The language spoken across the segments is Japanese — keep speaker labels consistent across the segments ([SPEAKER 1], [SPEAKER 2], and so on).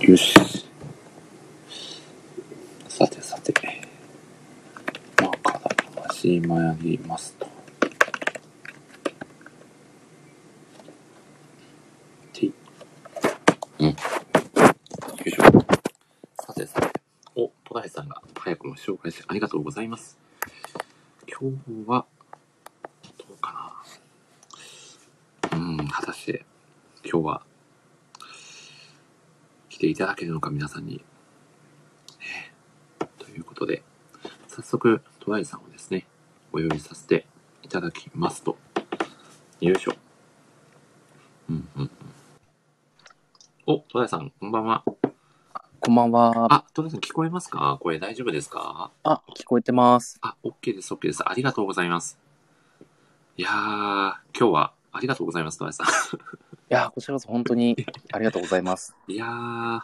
[SPEAKER 1] よし。さてさて。まあ、かなりしまやりますと。てい。うん。よいしょ。さてさて。お、戸田井さんが早くも紹介してありがとうございます。今日は、どうかな。うん、果たして、今日は、来ていただけるのか、皆さんに。ねということで、早速、トライさんをですね、お呼びさせていただきますと。よいしょ。うんうんうん。お、トライさん、こんばんは。
[SPEAKER 2] こんばんは。あ、
[SPEAKER 1] あ、トライさん聞こえますか声大丈夫ですか
[SPEAKER 2] 聞こえてます。
[SPEAKER 1] あ、OK です、OK です。ありがとうございます。いやー、今日はありがとうございます、トライさん。
[SPEAKER 2] いやー、こちらこそ本当にありがとうございます。
[SPEAKER 1] いやー、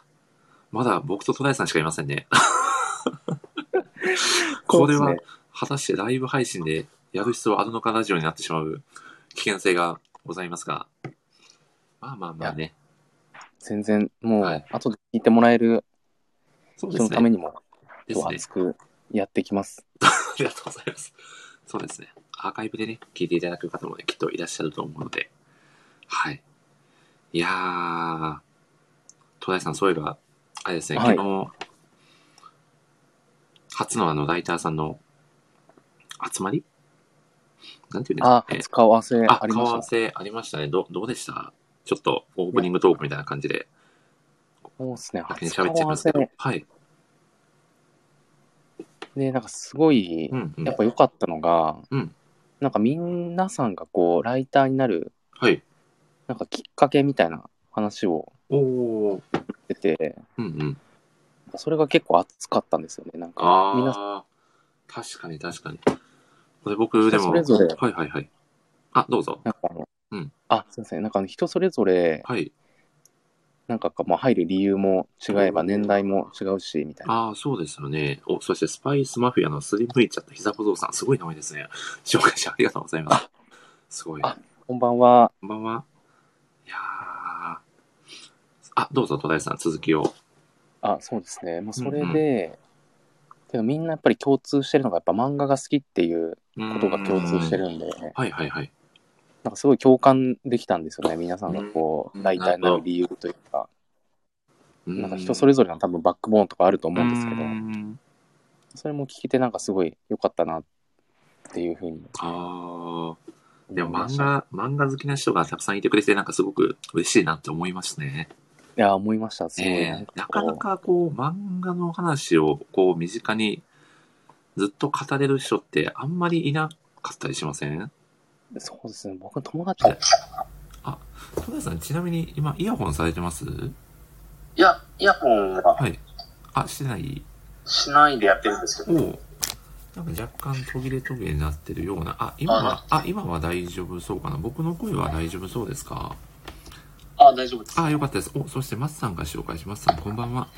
[SPEAKER 1] まだ僕と戸田井さんしかいません ね。これ
[SPEAKER 2] そう
[SPEAKER 1] は
[SPEAKER 2] ですね、
[SPEAKER 1] 果たしてライブ配信でやる必要あるのかラジオになってしまう危険性がございますが。まあまあまあね。
[SPEAKER 2] 全然、も
[SPEAKER 1] は
[SPEAKER 2] う
[SPEAKER 1] い、
[SPEAKER 2] 後で聞いてもらえる
[SPEAKER 1] そうで
[SPEAKER 2] 人の
[SPEAKER 1] す
[SPEAKER 2] ため
[SPEAKER 1] ね。
[SPEAKER 2] にも、
[SPEAKER 1] です
[SPEAKER 2] 今日は
[SPEAKER 1] ね。
[SPEAKER 2] 熱くやってきます。
[SPEAKER 1] ありがとうございます。そうですね。アーカイブでね、聞いていただく方もね、きっといらっしゃると思うので。はい。いやー、戸田井さん、そういえば、あれですね、
[SPEAKER 2] はい
[SPEAKER 1] 昨日、初のあの、ライターさんの集まりなんていうんです
[SPEAKER 2] あ
[SPEAKER 1] か、ね
[SPEAKER 2] 初顔合わせ
[SPEAKER 1] あ、
[SPEAKER 2] あり
[SPEAKER 1] 顔合
[SPEAKER 2] ま
[SPEAKER 1] わ
[SPEAKER 2] し
[SPEAKER 1] せありましたね。ど、どうでしたちょっと、オープニングトークみたいな感じで、
[SPEAKER 2] た。そうですね。
[SPEAKER 1] 先に
[SPEAKER 2] 初
[SPEAKER 1] 喋っ
[SPEAKER 2] 顔
[SPEAKER 1] ちゃ
[SPEAKER 2] 合
[SPEAKER 1] い
[SPEAKER 2] わ
[SPEAKER 1] ますけ
[SPEAKER 2] せ
[SPEAKER 1] ど。はい。
[SPEAKER 2] で、なんかすごい
[SPEAKER 1] うん、う、ん。
[SPEAKER 2] やっぱ良かったのが、
[SPEAKER 1] うん
[SPEAKER 2] なんかみんなさんがこう、ライターになる、
[SPEAKER 1] はい。
[SPEAKER 2] なんかきっかけみたいな話を
[SPEAKER 1] おー。
[SPEAKER 2] 出て、
[SPEAKER 1] うん、うん。
[SPEAKER 2] それが結構熱かったんですよね。なんか、みんな、
[SPEAKER 1] ああ、確かに確かに。これ僕でも、
[SPEAKER 2] それぞれ
[SPEAKER 1] はいはいはい。あ、どうぞ。
[SPEAKER 2] なんかあの、
[SPEAKER 1] うん
[SPEAKER 2] あ、すいません。なんかあの人それぞれ、
[SPEAKER 1] はい。
[SPEAKER 2] なんかか、まあ、入る理由も違えば年代も違うし、みたいな。
[SPEAKER 1] ああ、そうですよね。お、そしてスパイスマフィアのすりむいちゃった膝小僧さん、すごい名前ですね。紹介者ありがとうございます。すごい。
[SPEAKER 2] あ
[SPEAKER 1] こ
[SPEAKER 2] こんばんは。
[SPEAKER 1] んばんは。いやーあ、どうぞ、戸田井さん、続きを。
[SPEAKER 2] あ、そうですね。まあ、それで、
[SPEAKER 1] うんうん
[SPEAKER 2] てかみんなやっぱり共通してるのが、やっぱ漫画が好きっていう
[SPEAKER 1] うー
[SPEAKER 2] こ
[SPEAKER 1] ん
[SPEAKER 2] とが共通して。るんで、
[SPEAKER 1] はいはいはい。
[SPEAKER 2] なんかすごい共感できたんですよね。皆さんがこ
[SPEAKER 1] う
[SPEAKER 2] う、
[SPEAKER 1] ん
[SPEAKER 2] ライターになる理由というか、
[SPEAKER 1] な
[SPEAKER 2] なんか人それぞれの多分バックボーンとかあると思うんですけど
[SPEAKER 1] うー、ん
[SPEAKER 2] それも聞けてなんかすごい良かったなっていうふうに
[SPEAKER 1] ああ、で
[SPEAKER 2] 思い
[SPEAKER 1] も
[SPEAKER 2] まし
[SPEAKER 1] 漫
[SPEAKER 2] た。い
[SPEAKER 1] 画、漫画好きな人がたくさんいてくれて、なんかすごく嬉しいなって思いましたね。
[SPEAKER 2] や、思いました。すごい。
[SPEAKER 1] え
[SPEAKER 2] なん
[SPEAKER 1] え
[SPEAKER 2] かこう
[SPEAKER 1] なかなかこう漫画の話をこう身近にずっと語れる人ってあんまりいなかったりしません
[SPEAKER 2] そうですね。僕の友達で、
[SPEAKER 1] 戸田さんちなみに今イヤホンされてます
[SPEAKER 3] いや、イヤホンは
[SPEAKER 1] はい。あ、してない
[SPEAKER 3] しないでやってるんですけ
[SPEAKER 1] お
[SPEAKER 3] ど、
[SPEAKER 1] うなんか若干途切れ途切れになってるような。あ、今は、あ、今は大丈夫そうかな。僕の声は大丈夫そうですか
[SPEAKER 3] あ、大丈夫です。
[SPEAKER 1] あ、よかったです。お、そして松さんが紹介します。松さんこんばんは。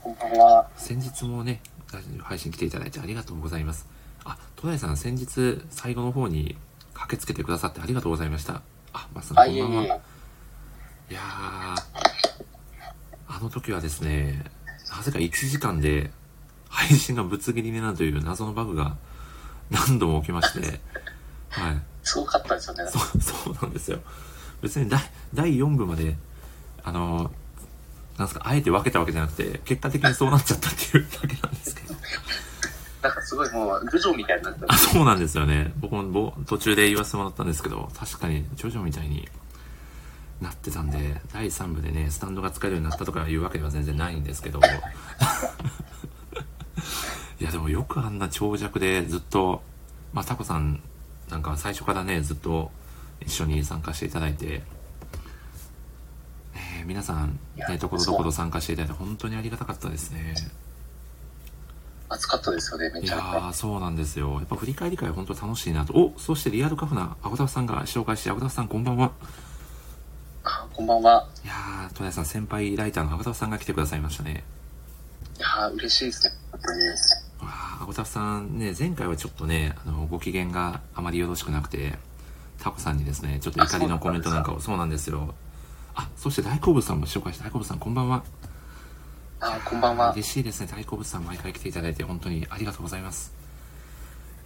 [SPEAKER 3] こんばんは。
[SPEAKER 1] 先日もね、ラジオ配信来ていただいてありがとうございます。あ、戸田井さん、先日、最後の方に駆けつけてくださってありがとうございました。あ、マスさ
[SPEAKER 3] あ、
[SPEAKER 1] ん、こん
[SPEAKER 3] いえ
[SPEAKER 1] ばんは。い
[SPEAKER 3] い
[SPEAKER 1] や
[SPEAKER 3] え。
[SPEAKER 1] ー、あの時はですね、なぜか1時間で配信がぶつ切りになるという謎のバグが何度も起きまして、はい。
[SPEAKER 3] すごかったですよね。
[SPEAKER 1] そう そうなんですよ別に第第4部まであのなんすかあえて分けたわけじゃなくて結果的にそうなっちゃったっていう だけなんですけど
[SPEAKER 3] なんかすごいもう、ルジョみたいになってま
[SPEAKER 1] あ
[SPEAKER 3] す。
[SPEAKER 1] そうなんですよね僕もぼ途中で言わせてもらったんですけど確かにジョジョみたいになってたんで第3部でねスタンドが使えるようになったとかいうわけでは全然ないんですけどいやでもよくあんな長尺でずっとまあタコさんなんかは最初からねずっと一緒に参加していただいて、ねえ、皆さん
[SPEAKER 3] いや
[SPEAKER 1] ねところどころ参加していただいて本当にありがたかったですね
[SPEAKER 3] 暑かったですよね、め
[SPEAKER 1] い
[SPEAKER 3] ち
[SPEAKER 1] や
[SPEAKER 3] ゃめちゃ。
[SPEAKER 1] ー、そうなんですよ。やっぱ振り返り会本当楽しいなと。お、そしてリアルカフナ、アゴタフさんが紹介して、アゴタフさんこんばんは。
[SPEAKER 3] あこんばんは。
[SPEAKER 1] いやー、戸田さん先輩ライターのアゴタフさんが来てくださいましたね。
[SPEAKER 3] いやー、嬉しいですね。本当に。
[SPEAKER 1] わーアゴタフさんね、前回はちょっとね、あの、ご機嫌があまりよろしくなくて、タコさんにですね、ちょっと怒りのコメントなんかを、そうなんですよ。あ、そして大好物さんも紹介して、大好物さんこんばんは。
[SPEAKER 3] あーこんばんは。
[SPEAKER 1] 嬉しいですね。大好物さん毎回来ていただいて、本当にありがとうございます。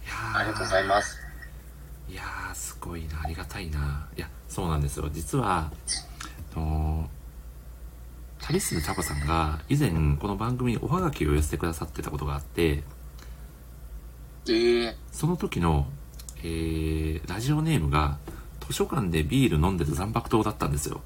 [SPEAKER 1] いやー
[SPEAKER 3] ありがとうございます。
[SPEAKER 1] いやー、すごいな。ありがたいな。いや、そうなんですよ。実は、あのー、旅するタコさんが、以前、この番組におはがきを寄せてくださってたことがあって、
[SPEAKER 3] ええ
[SPEAKER 1] その時の、えー、ラジオネームが、図書館でビール飲んでる残白糖だったんですよ。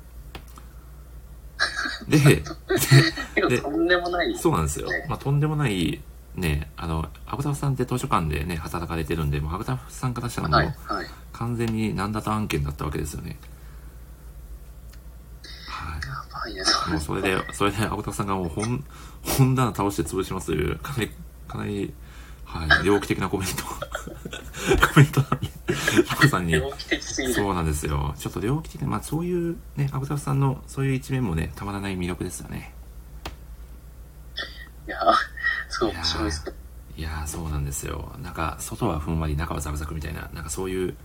[SPEAKER 1] で、
[SPEAKER 3] け
[SPEAKER 1] で
[SPEAKER 3] ど、とんでもない。
[SPEAKER 1] そうなんですよ。まあ、とんでもない、ね、あの、アブタフさんって図書館でね、働かれてるんで、もうアブタフさんからしたらも、
[SPEAKER 3] はいうはい。
[SPEAKER 1] 完全に何だと案件だったわけですよね。はい。
[SPEAKER 3] やばいね。そ
[SPEAKER 1] もうそれで、それでアブタフさんがもう本、本棚倒して潰しますという、かなり、かなり、はい、猟奇的なコメント、 コメントなんで、タコさんに。
[SPEAKER 3] 猟奇的すぎる。
[SPEAKER 1] そうなんですよ。ちょっと猟奇的な、まあそういうね、アブタフさんのそういう一面もね、たまらない魅力ですよね。
[SPEAKER 3] いや、すごい面白いですね。
[SPEAKER 1] いやー、そうなんですよ。なんか、外はふんわり、中はザクザクみたいな、なんかそういう、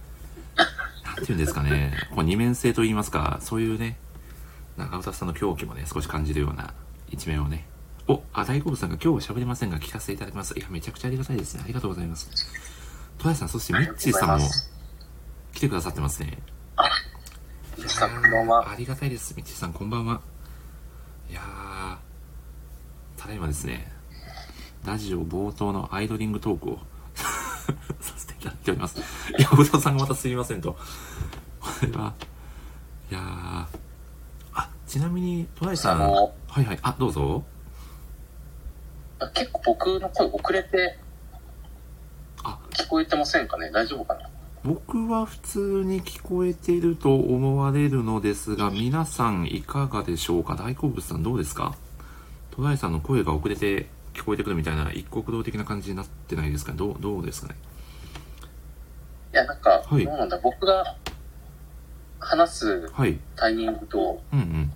[SPEAKER 1] なんていうんですかね、こう二面性と言いますか、そういうね、なんか、アウタフさんの狂気もね、少し感じるような一面をね。お、あ、大好物さんが今日は喋りませんが、聞かせていただきます。いや、めちゃくちゃありがたいですね。ありがとうございます。トライさん、そしてミッチーさんも来てくださってますね。
[SPEAKER 3] ミッチーさん、こんばんは。
[SPEAKER 1] ありがたいです。みちさん、こんばんは。いやー、ただいまですね、ラジオ冒頭のアイドリングトークを させていただいております。いや、ぶたさんがまたすみませんと。これは、いやー、あ、ちなみに、トライさん、
[SPEAKER 3] あの
[SPEAKER 1] はいはい、あ、どうぞ。
[SPEAKER 3] あ結構僕の声遅れて
[SPEAKER 1] あ、
[SPEAKER 3] 聞こえてませんかね大丈夫かな
[SPEAKER 1] 僕は普通に聞こえていると思われるのですが、皆さんいかがでしょうか大好物さんどうですか戸田井さんの声が遅れて聞こえてくるみたいな一国道的な感じになってないですかどう、どうですかね
[SPEAKER 3] いや、なんか、
[SPEAKER 1] はい
[SPEAKER 3] どうなんだ、僕が話す
[SPEAKER 1] はい。
[SPEAKER 3] タイミングと、
[SPEAKER 1] うんうん。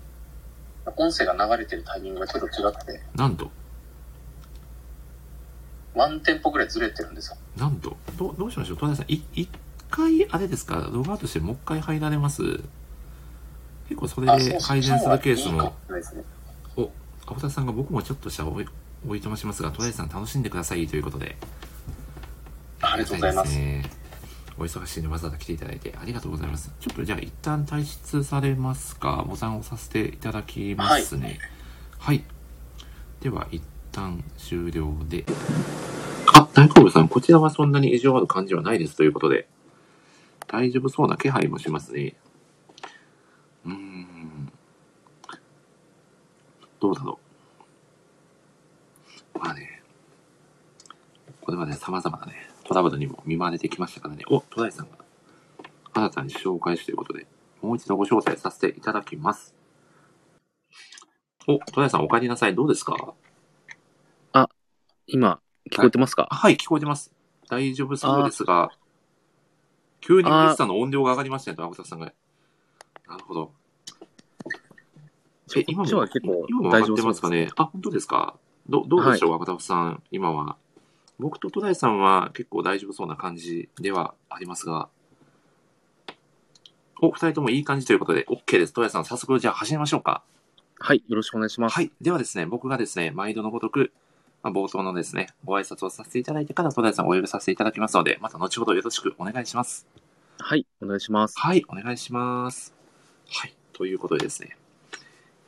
[SPEAKER 3] 音声が流れてるタイミングがちょっと違って、
[SPEAKER 1] なんと、
[SPEAKER 3] ワンテンポぐらいずれてるんですよ。
[SPEAKER 1] なんと、どうどうしましょう戸田井さん、い一回、あれですか動画としてもう一回入られます結構それで改善するケース
[SPEAKER 3] そういいか
[SPEAKER 1] も
[SPEAKER 3] もしれないですね。
[SPEAKER 1] お、アブタさんが僕もちょっとしたおいおいとましますが、とりあえずさん楽しんでくださいということで。
[SPEAKER 3] ありがとうございます
[SPEAKER 1] ありがたいですね。お忙しいのにわざわざ来ていただいてありがとうございます。ちょっとじゃあ一旦退出されますか、ボタンを押させていただきますね。はい。では一旦終了で。あ、大好物さん、こちらはそんなに異常ある感じはないですということで、大丈夫そうな気配もしますね。うーん。どうだろう。まあね、これまで様々なね、トラブルにも見舞われてきましたからね。お、戸田井さんが新たに紹介しということで、もう一度ご招待させていただきます。お、戸田井さんお帰りなさい。どうですか
[SPEAKER 2] 今、聞こえてますか
[SPEAKER 1] あはい、聞こえてます。大丈夫そうですが、急にミスさんの音量が上がりましたね、と、アクタさんが。なるほど。え、今
[SPEAKER 2] こっちは
[SPEAKER 1] も、
[SPEAKER 2] 結構
[SPEAKER 1] 今も上
[SPEAKER 2] 大
[SPEAKER 1] が
[SPEAKER 2] 丈
[SPEAKER 1] っ
[SPEAKER 2] 夫
[SPEAKER 1] て
[SPEAKER 2] そう
[SPEAKER 1] ま
[SPEAKER 2] ですす
[SPEAKER 1] かね。あ、本当ですかどどうでしょう、アクタさん、今は。僕と戸田井さんは結構大丈夫そうな感じではありますが。お、二人ともいい感じということで、OK です。戸田井さん、早速、じゃあ始めましょうか。
[SPEAKER 2] はい、よろしくお願いします。
[SPEAKER 1] はい。ではですね、僕がですね、毎度のごとく、まあ、冒頭のですね、ご挨拶をさせていただいてから、戸田さんをお呼びさせていただきますので、また後ほどよろしくお願いします。
[SPEAKER 2] はい、お願いします。
[SPEAKER 1] はい、お願いします。はい。ということでですね、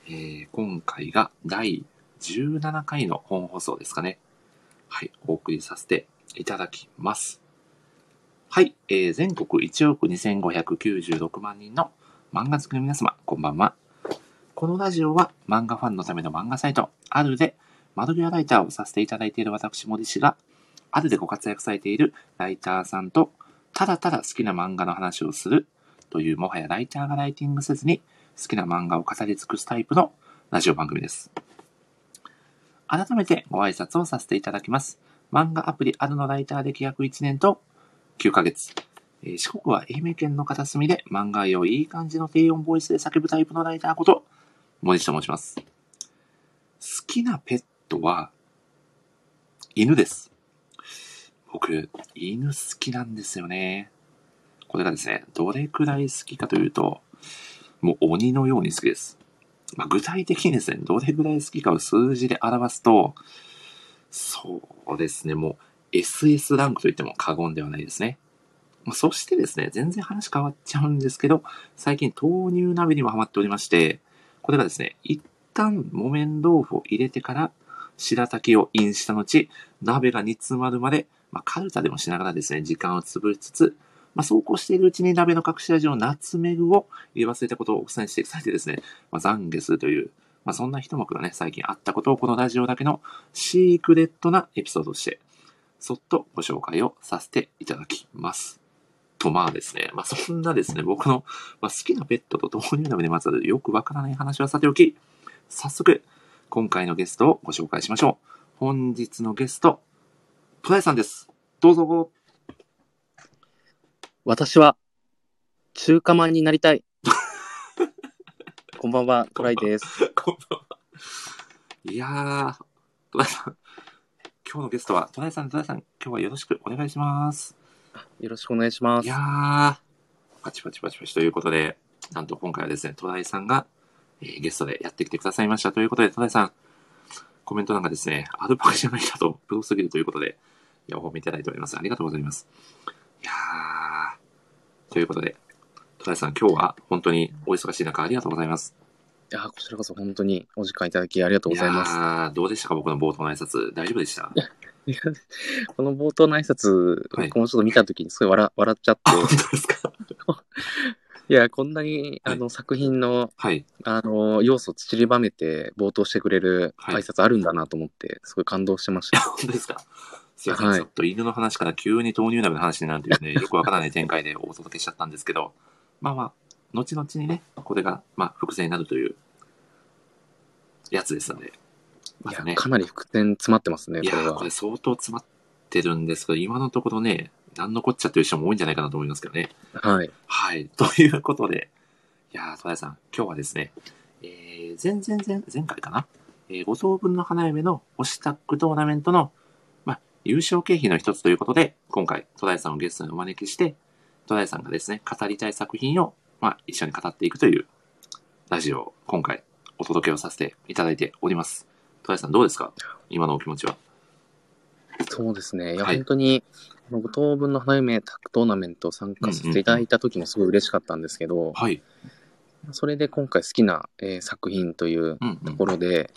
[SPEAKER 1] えー今回が第17回の本放送ですかね。はい。お送りさせていただきます。はい。えー全国1億2596万人の漫画好きの皆様、こんばんは。このラジオは漫画ファンのための漫画サイト、あるで、窓際ライターをさせていただいている私、森氏が、あるでご活躍されているライターさんと、ただただ好きな漫画の話をするという、もはやライターがライティングせずに、好きな漫画を語り尽くすタイプのラジオ番組です。改めてご挨拶をさせていただきます。漫画アプリあるのライター歴約1年と9ヶ月。えー四国は愛媛県の片隅で漫画愛をいい感じの低音ボイスで叫ぶタイプのライターこと、森下と申します。好きなペットは、犬です。僕、犬好きなんですよね。これがですね、どれくらい好きかというと、もう鬼のように好きです。まあ、具体的にですね、どれぐらい好きかを数字で表すと、そうですね、もう SS ランクと言っても過言ではないですね。まあ、そしてですね、全然話変わっちゃうんですけど、最近豆乳鍋にもハマっておりまして、これがですね、一旦木綿豆腐を入れてから、白滝をインした後、鍋が煮詰まるまで、まあ、カルタでもしながらですね、時間を潰しつつ、まあ、そうこうしているうちに鍋の隠し味のナツメグを入れ忘れたことを奥さんに指摘されてですね、まあ、懺悔するという、まあ、そんな一幕がね、最近あったことをこのラジオだけのシークレットなエピソードとして、そっとご紹介をさせていただきます。と、まあですね、まあそんなですね、僕の、まあ、好きなペットと豆乳鍋にまつわるよくわからない話はさておき、早速、今回のゲストをご紹介しましょう。本日のゲスト、トライさんです。どうぞ。
[SPEAKER 2] 私は、中華まんになりたい。 こんばんは、トライです。
[SPEAKER 1] こんばんは。 いやー、トライさん、今日のゲストは、トライさん、トライさん、今日はよろしくお願いします。
[SPEAKER 2] よろしくお願いしま
[SPEAKER 1] い
[SPEAKER 2] す。
[SPEAKER 1] やー、パチパチパチパチということで、なんと今回はですね、トライさんが、えーゲストでやってきてくださいましたということで、トライさん、コメントなんかですね、アルパカじゃないかと、プロすぎるということで、いやお褒めいただいております。ありがとうございます。いやー、ということで、トライさん、今日は本当にお忙しい中、ありがとうございます。
[SPEAKER 2] いやこちらこそ本当にお時間いただきありがとうございます。
[SPEAKER 1] やーどうでしたか僕の冒頭の挨拶。大丈夫でした
[SPEAKER 2] いや この冒頭の挨拶、
[SPEAKER 1] はい
[SPEAKER 2] 僕もちょっと見たときにすごい笑笑っちゃっ
[SPEAKER 1] あ、本当
[SPEAKER 2] て、
[SPEAKER 1] です か
[SPEAKER 2] いや、こんなに、
[SPEAKER 1] はい
[SPEAKER 2] あの、作品の、
[SPEAKER 1] はい。
[SPEAKER 2] あの、要素を散りばめて冒頭してくれる
[SPEAKER 1] はい
[SPEAKER 2] 挨拶あるんだなと思って、すごい感動してました。
[SPEAKER 1] 本当ですかすいません、
[SPEAKER 2] はい
[SPEAKER 1] ちょっと犬の話から急に豆乳鍋の話になるというね、よ くわからない展開でお届けしちゃったんですけど、まあまあ、後々にね、これが、まあ、伏線になるという、やつですので、ま
[SPEAKER 2] い
[SPEAKER 1] た
[SPEAKER 2] や、
[SPEAKER 1] ね、
[SPEAKER 2] かなり伏線詰まってますね、
[SPEAKER 1] い
[SPEAKER 2] こ
[SPEAKER 1] や
[SPEAKER 2] れ
[SPEAKER 1] ー
[SPEAKER 2] は
[SPEAKER 1] こ。れ相当詰まってるんですけど、今のところね、なんのこっちゃという人も多いんじゃないかなと思いますけどね。
[SPEAKER 2] はい。
[SPEAKER 1] はい。 ということで、いやー、戸田さん、今日はですね、えー、前々前、前回かな、えー、5等分の花嫁の推しタックトーナメントの、まあ、優勝経費の一つということで、今回、戸田さんをゲストにお招きして、戸田さんがですね、語りたい作品を、まあ、一緒に語っていくという、ラジオを今回、お届けをさせていただいております。戸田さん、どうですか今のお気持ちは。
[SPEAKER 2] そうですね。いや、
[SPEAKER 1] はい
[SPEAKER 2] 本当に、この5等分の花嫁タックトーナメント参加させていただいた時もすごい嬉しかったんですけど、
[SPEAKER 1] はい。
[SPEAKER 2] それで今回好きな、えー作品という
[SPEAKER 1] うん、う
[SPEAKER 2] と
[SPEAKER 1] ん。
[SPEAKER 2] ころで、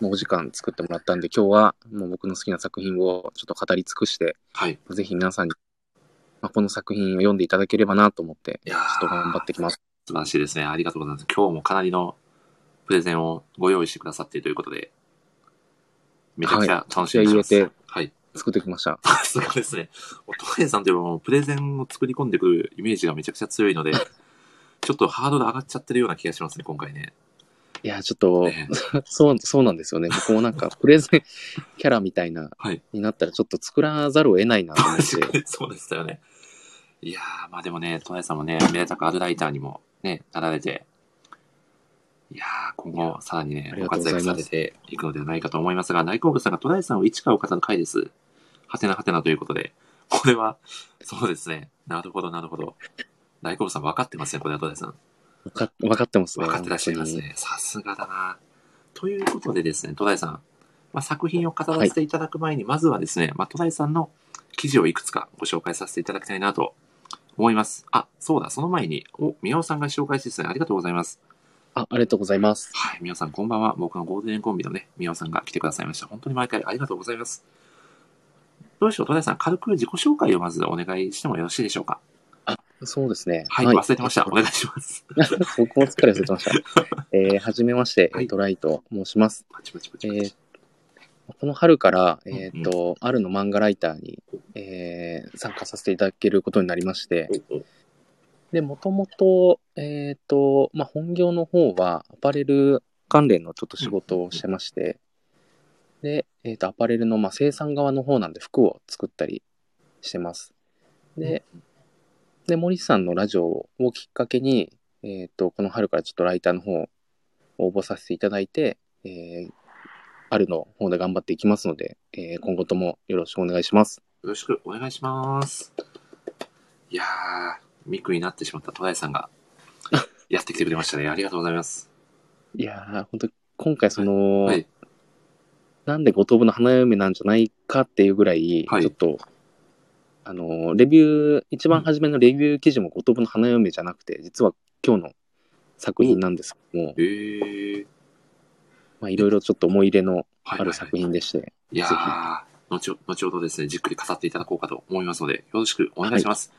[SPEAKER 2] もうお時間作ってもらったんで、今日はもう僕の好きな作品をちょっと語り尽くして、
[SPEAKER 1] はい。
[SPEAKER 2] ぜひ皆さんに、まあ、この作品を読んでいただければなと思って、
[SPEAKER 1] い
[SPEAKER 2] ち
[SPEAKER 1] や
[SPEAKER 2] ょ
[SPEAKER 1] ー
[SPEAKER 2] っと頑張ってきます。
[SPEAKER 1] 素晴らしいですね。ありがとうございます。今日もかなりのプレゼンをご用意してくださっているということで、めちゃくちゃ楽しみにしてます。
[SPEAKER 2] 気合
[SPEAKER 1] はい
[SPEAKER 2] 入
[SPEAKER 1] い
[SPEAKER 2] れ。作ってきました。
[SPEAKER 1] さすがですね。おトレさんといえばもうプレゼンを作り込んでくるイメージがめちゃくちゃ強いので、ちょっとハードル上がっちゃってるような気がしますね、今回ね。
[SPEAKER 2] いや、ちょっと、
[SPEAKER 1] ね
[SPEAKER 2] そう、そうなんですよね。僕もなんか、プレゼンキャラみたいな、
[SPEAKER 1] はい
[SPEAKER 2] になったら、ちょっと作らざるを得ないなと思っ
[SPEAKER 1] 確か
[SPEAKER 2] て。
[SPEAKER 1] にそうでしたよね。いやー、まあでもね、トライさんもね、めでたくアルライターにもね、なられて、いやー、今後さらにね
[SPEAKER 2] あ、り
[SPEAKER 1] ご
[SPEAKER 2] がとう
[SPEAKER 1] 活
[SPEAKER 2] ござ
[SPEAKER 1] 躍
[SPEAKER 2] います
[SPEAKER 1] されていくのではないかと思いますが、内藤部さんがトライさんを一からを語る回です。はてなはてなということで、これは、そうですね。なるほど、なるほど。内藤部さん分かってますね、これはトライさん。
[SPEAKER 2] わかわかってますね。
[SPEAKER 1] 分かってらっしゃいますね。さすがだな。ということでですね、戸田井さん、まあ、作品を語らせていただく前に、まずはですね、まあ、戸田井さんの記事をいくつかご紹介させていただきたいなと思います。あ、そうだ、その前に、お、宮尾さんが紹介してですね、ありがとうございます。
[SPEAKER 2] あ。ありがとうございます。
[SPEAKER 1] はい、宮尾さん、こんばんは。僕のゴールデンコンビのね、宮尾さんが来てくださいました。本当に毎回ありがとうございます。どうでしょう、戸田井さん、軽く自己紹介をまずお願いしてもよろしいでしょうか。
[SPEAKER 2] そうですね。
[SPEAKER 1] はい、忘れてました。お願いします。
[SPEAKER 2] 僕もすっかり忘れて ました。えー、はじめまして、
[SPEAKER 1] はい
[SPEAKER 2] トライと申します。
[SPEAKER 1] パチパチパチ
[SPEAKER 2] え
[SPEAKER 1] パチ。
[SPEAKER 2] ーこの春から、
[SPEAKER 1] ん
[SPEAKER 2] えっ、と、あるの漫画ライターに、えー参加させていただけることになりまして、
[SPEAKER 1] おお
[SPEAKER 2] で、もともと、えっ、と、まあ、本業の方は、アパレル関連のちょっと仕事をしてまして、で、えっ、と、アパレルの、まあ、生産側の方なんで、服を作ったりしてます。で、で、森さんのラジオをきっかけに、えっ、と、この春からちょっとライターの方を応募させていただいて、えー、あるの方で頑張っていきますので、えー今後ともよろしくお願いします。
[SPEAKER 1] よろしくお願いし ます。いやー、ミクになってしまった戸田井さんが、やってきてくれましたね。ありがとうございます。
[SPEAKER 2] いやー、本当今回その、
[SPEAKER 1] はい。
[SPEAKER 2] なんで五等分の花嫁なんじゃないかっていうぐらい、
[SPEAKER 1] はい
[SPEAKER 2] ちょっと、あの、レビュー、一番初めのレビュー記事も五等分の花嫁じゃなくて、実は今日の作品なんですけども、
[SPEAKER 1] えー。
[SPEAKER 2] まあ、いろいろちょっと思い入れの
[SPEAKER 1] はい、
[SPEAKER 2] ある作品でして、
[SPEAKER 1] いやー、後ほ後ほどですね、じっくり語っていただこうかと思いますので、よろしくお願いします。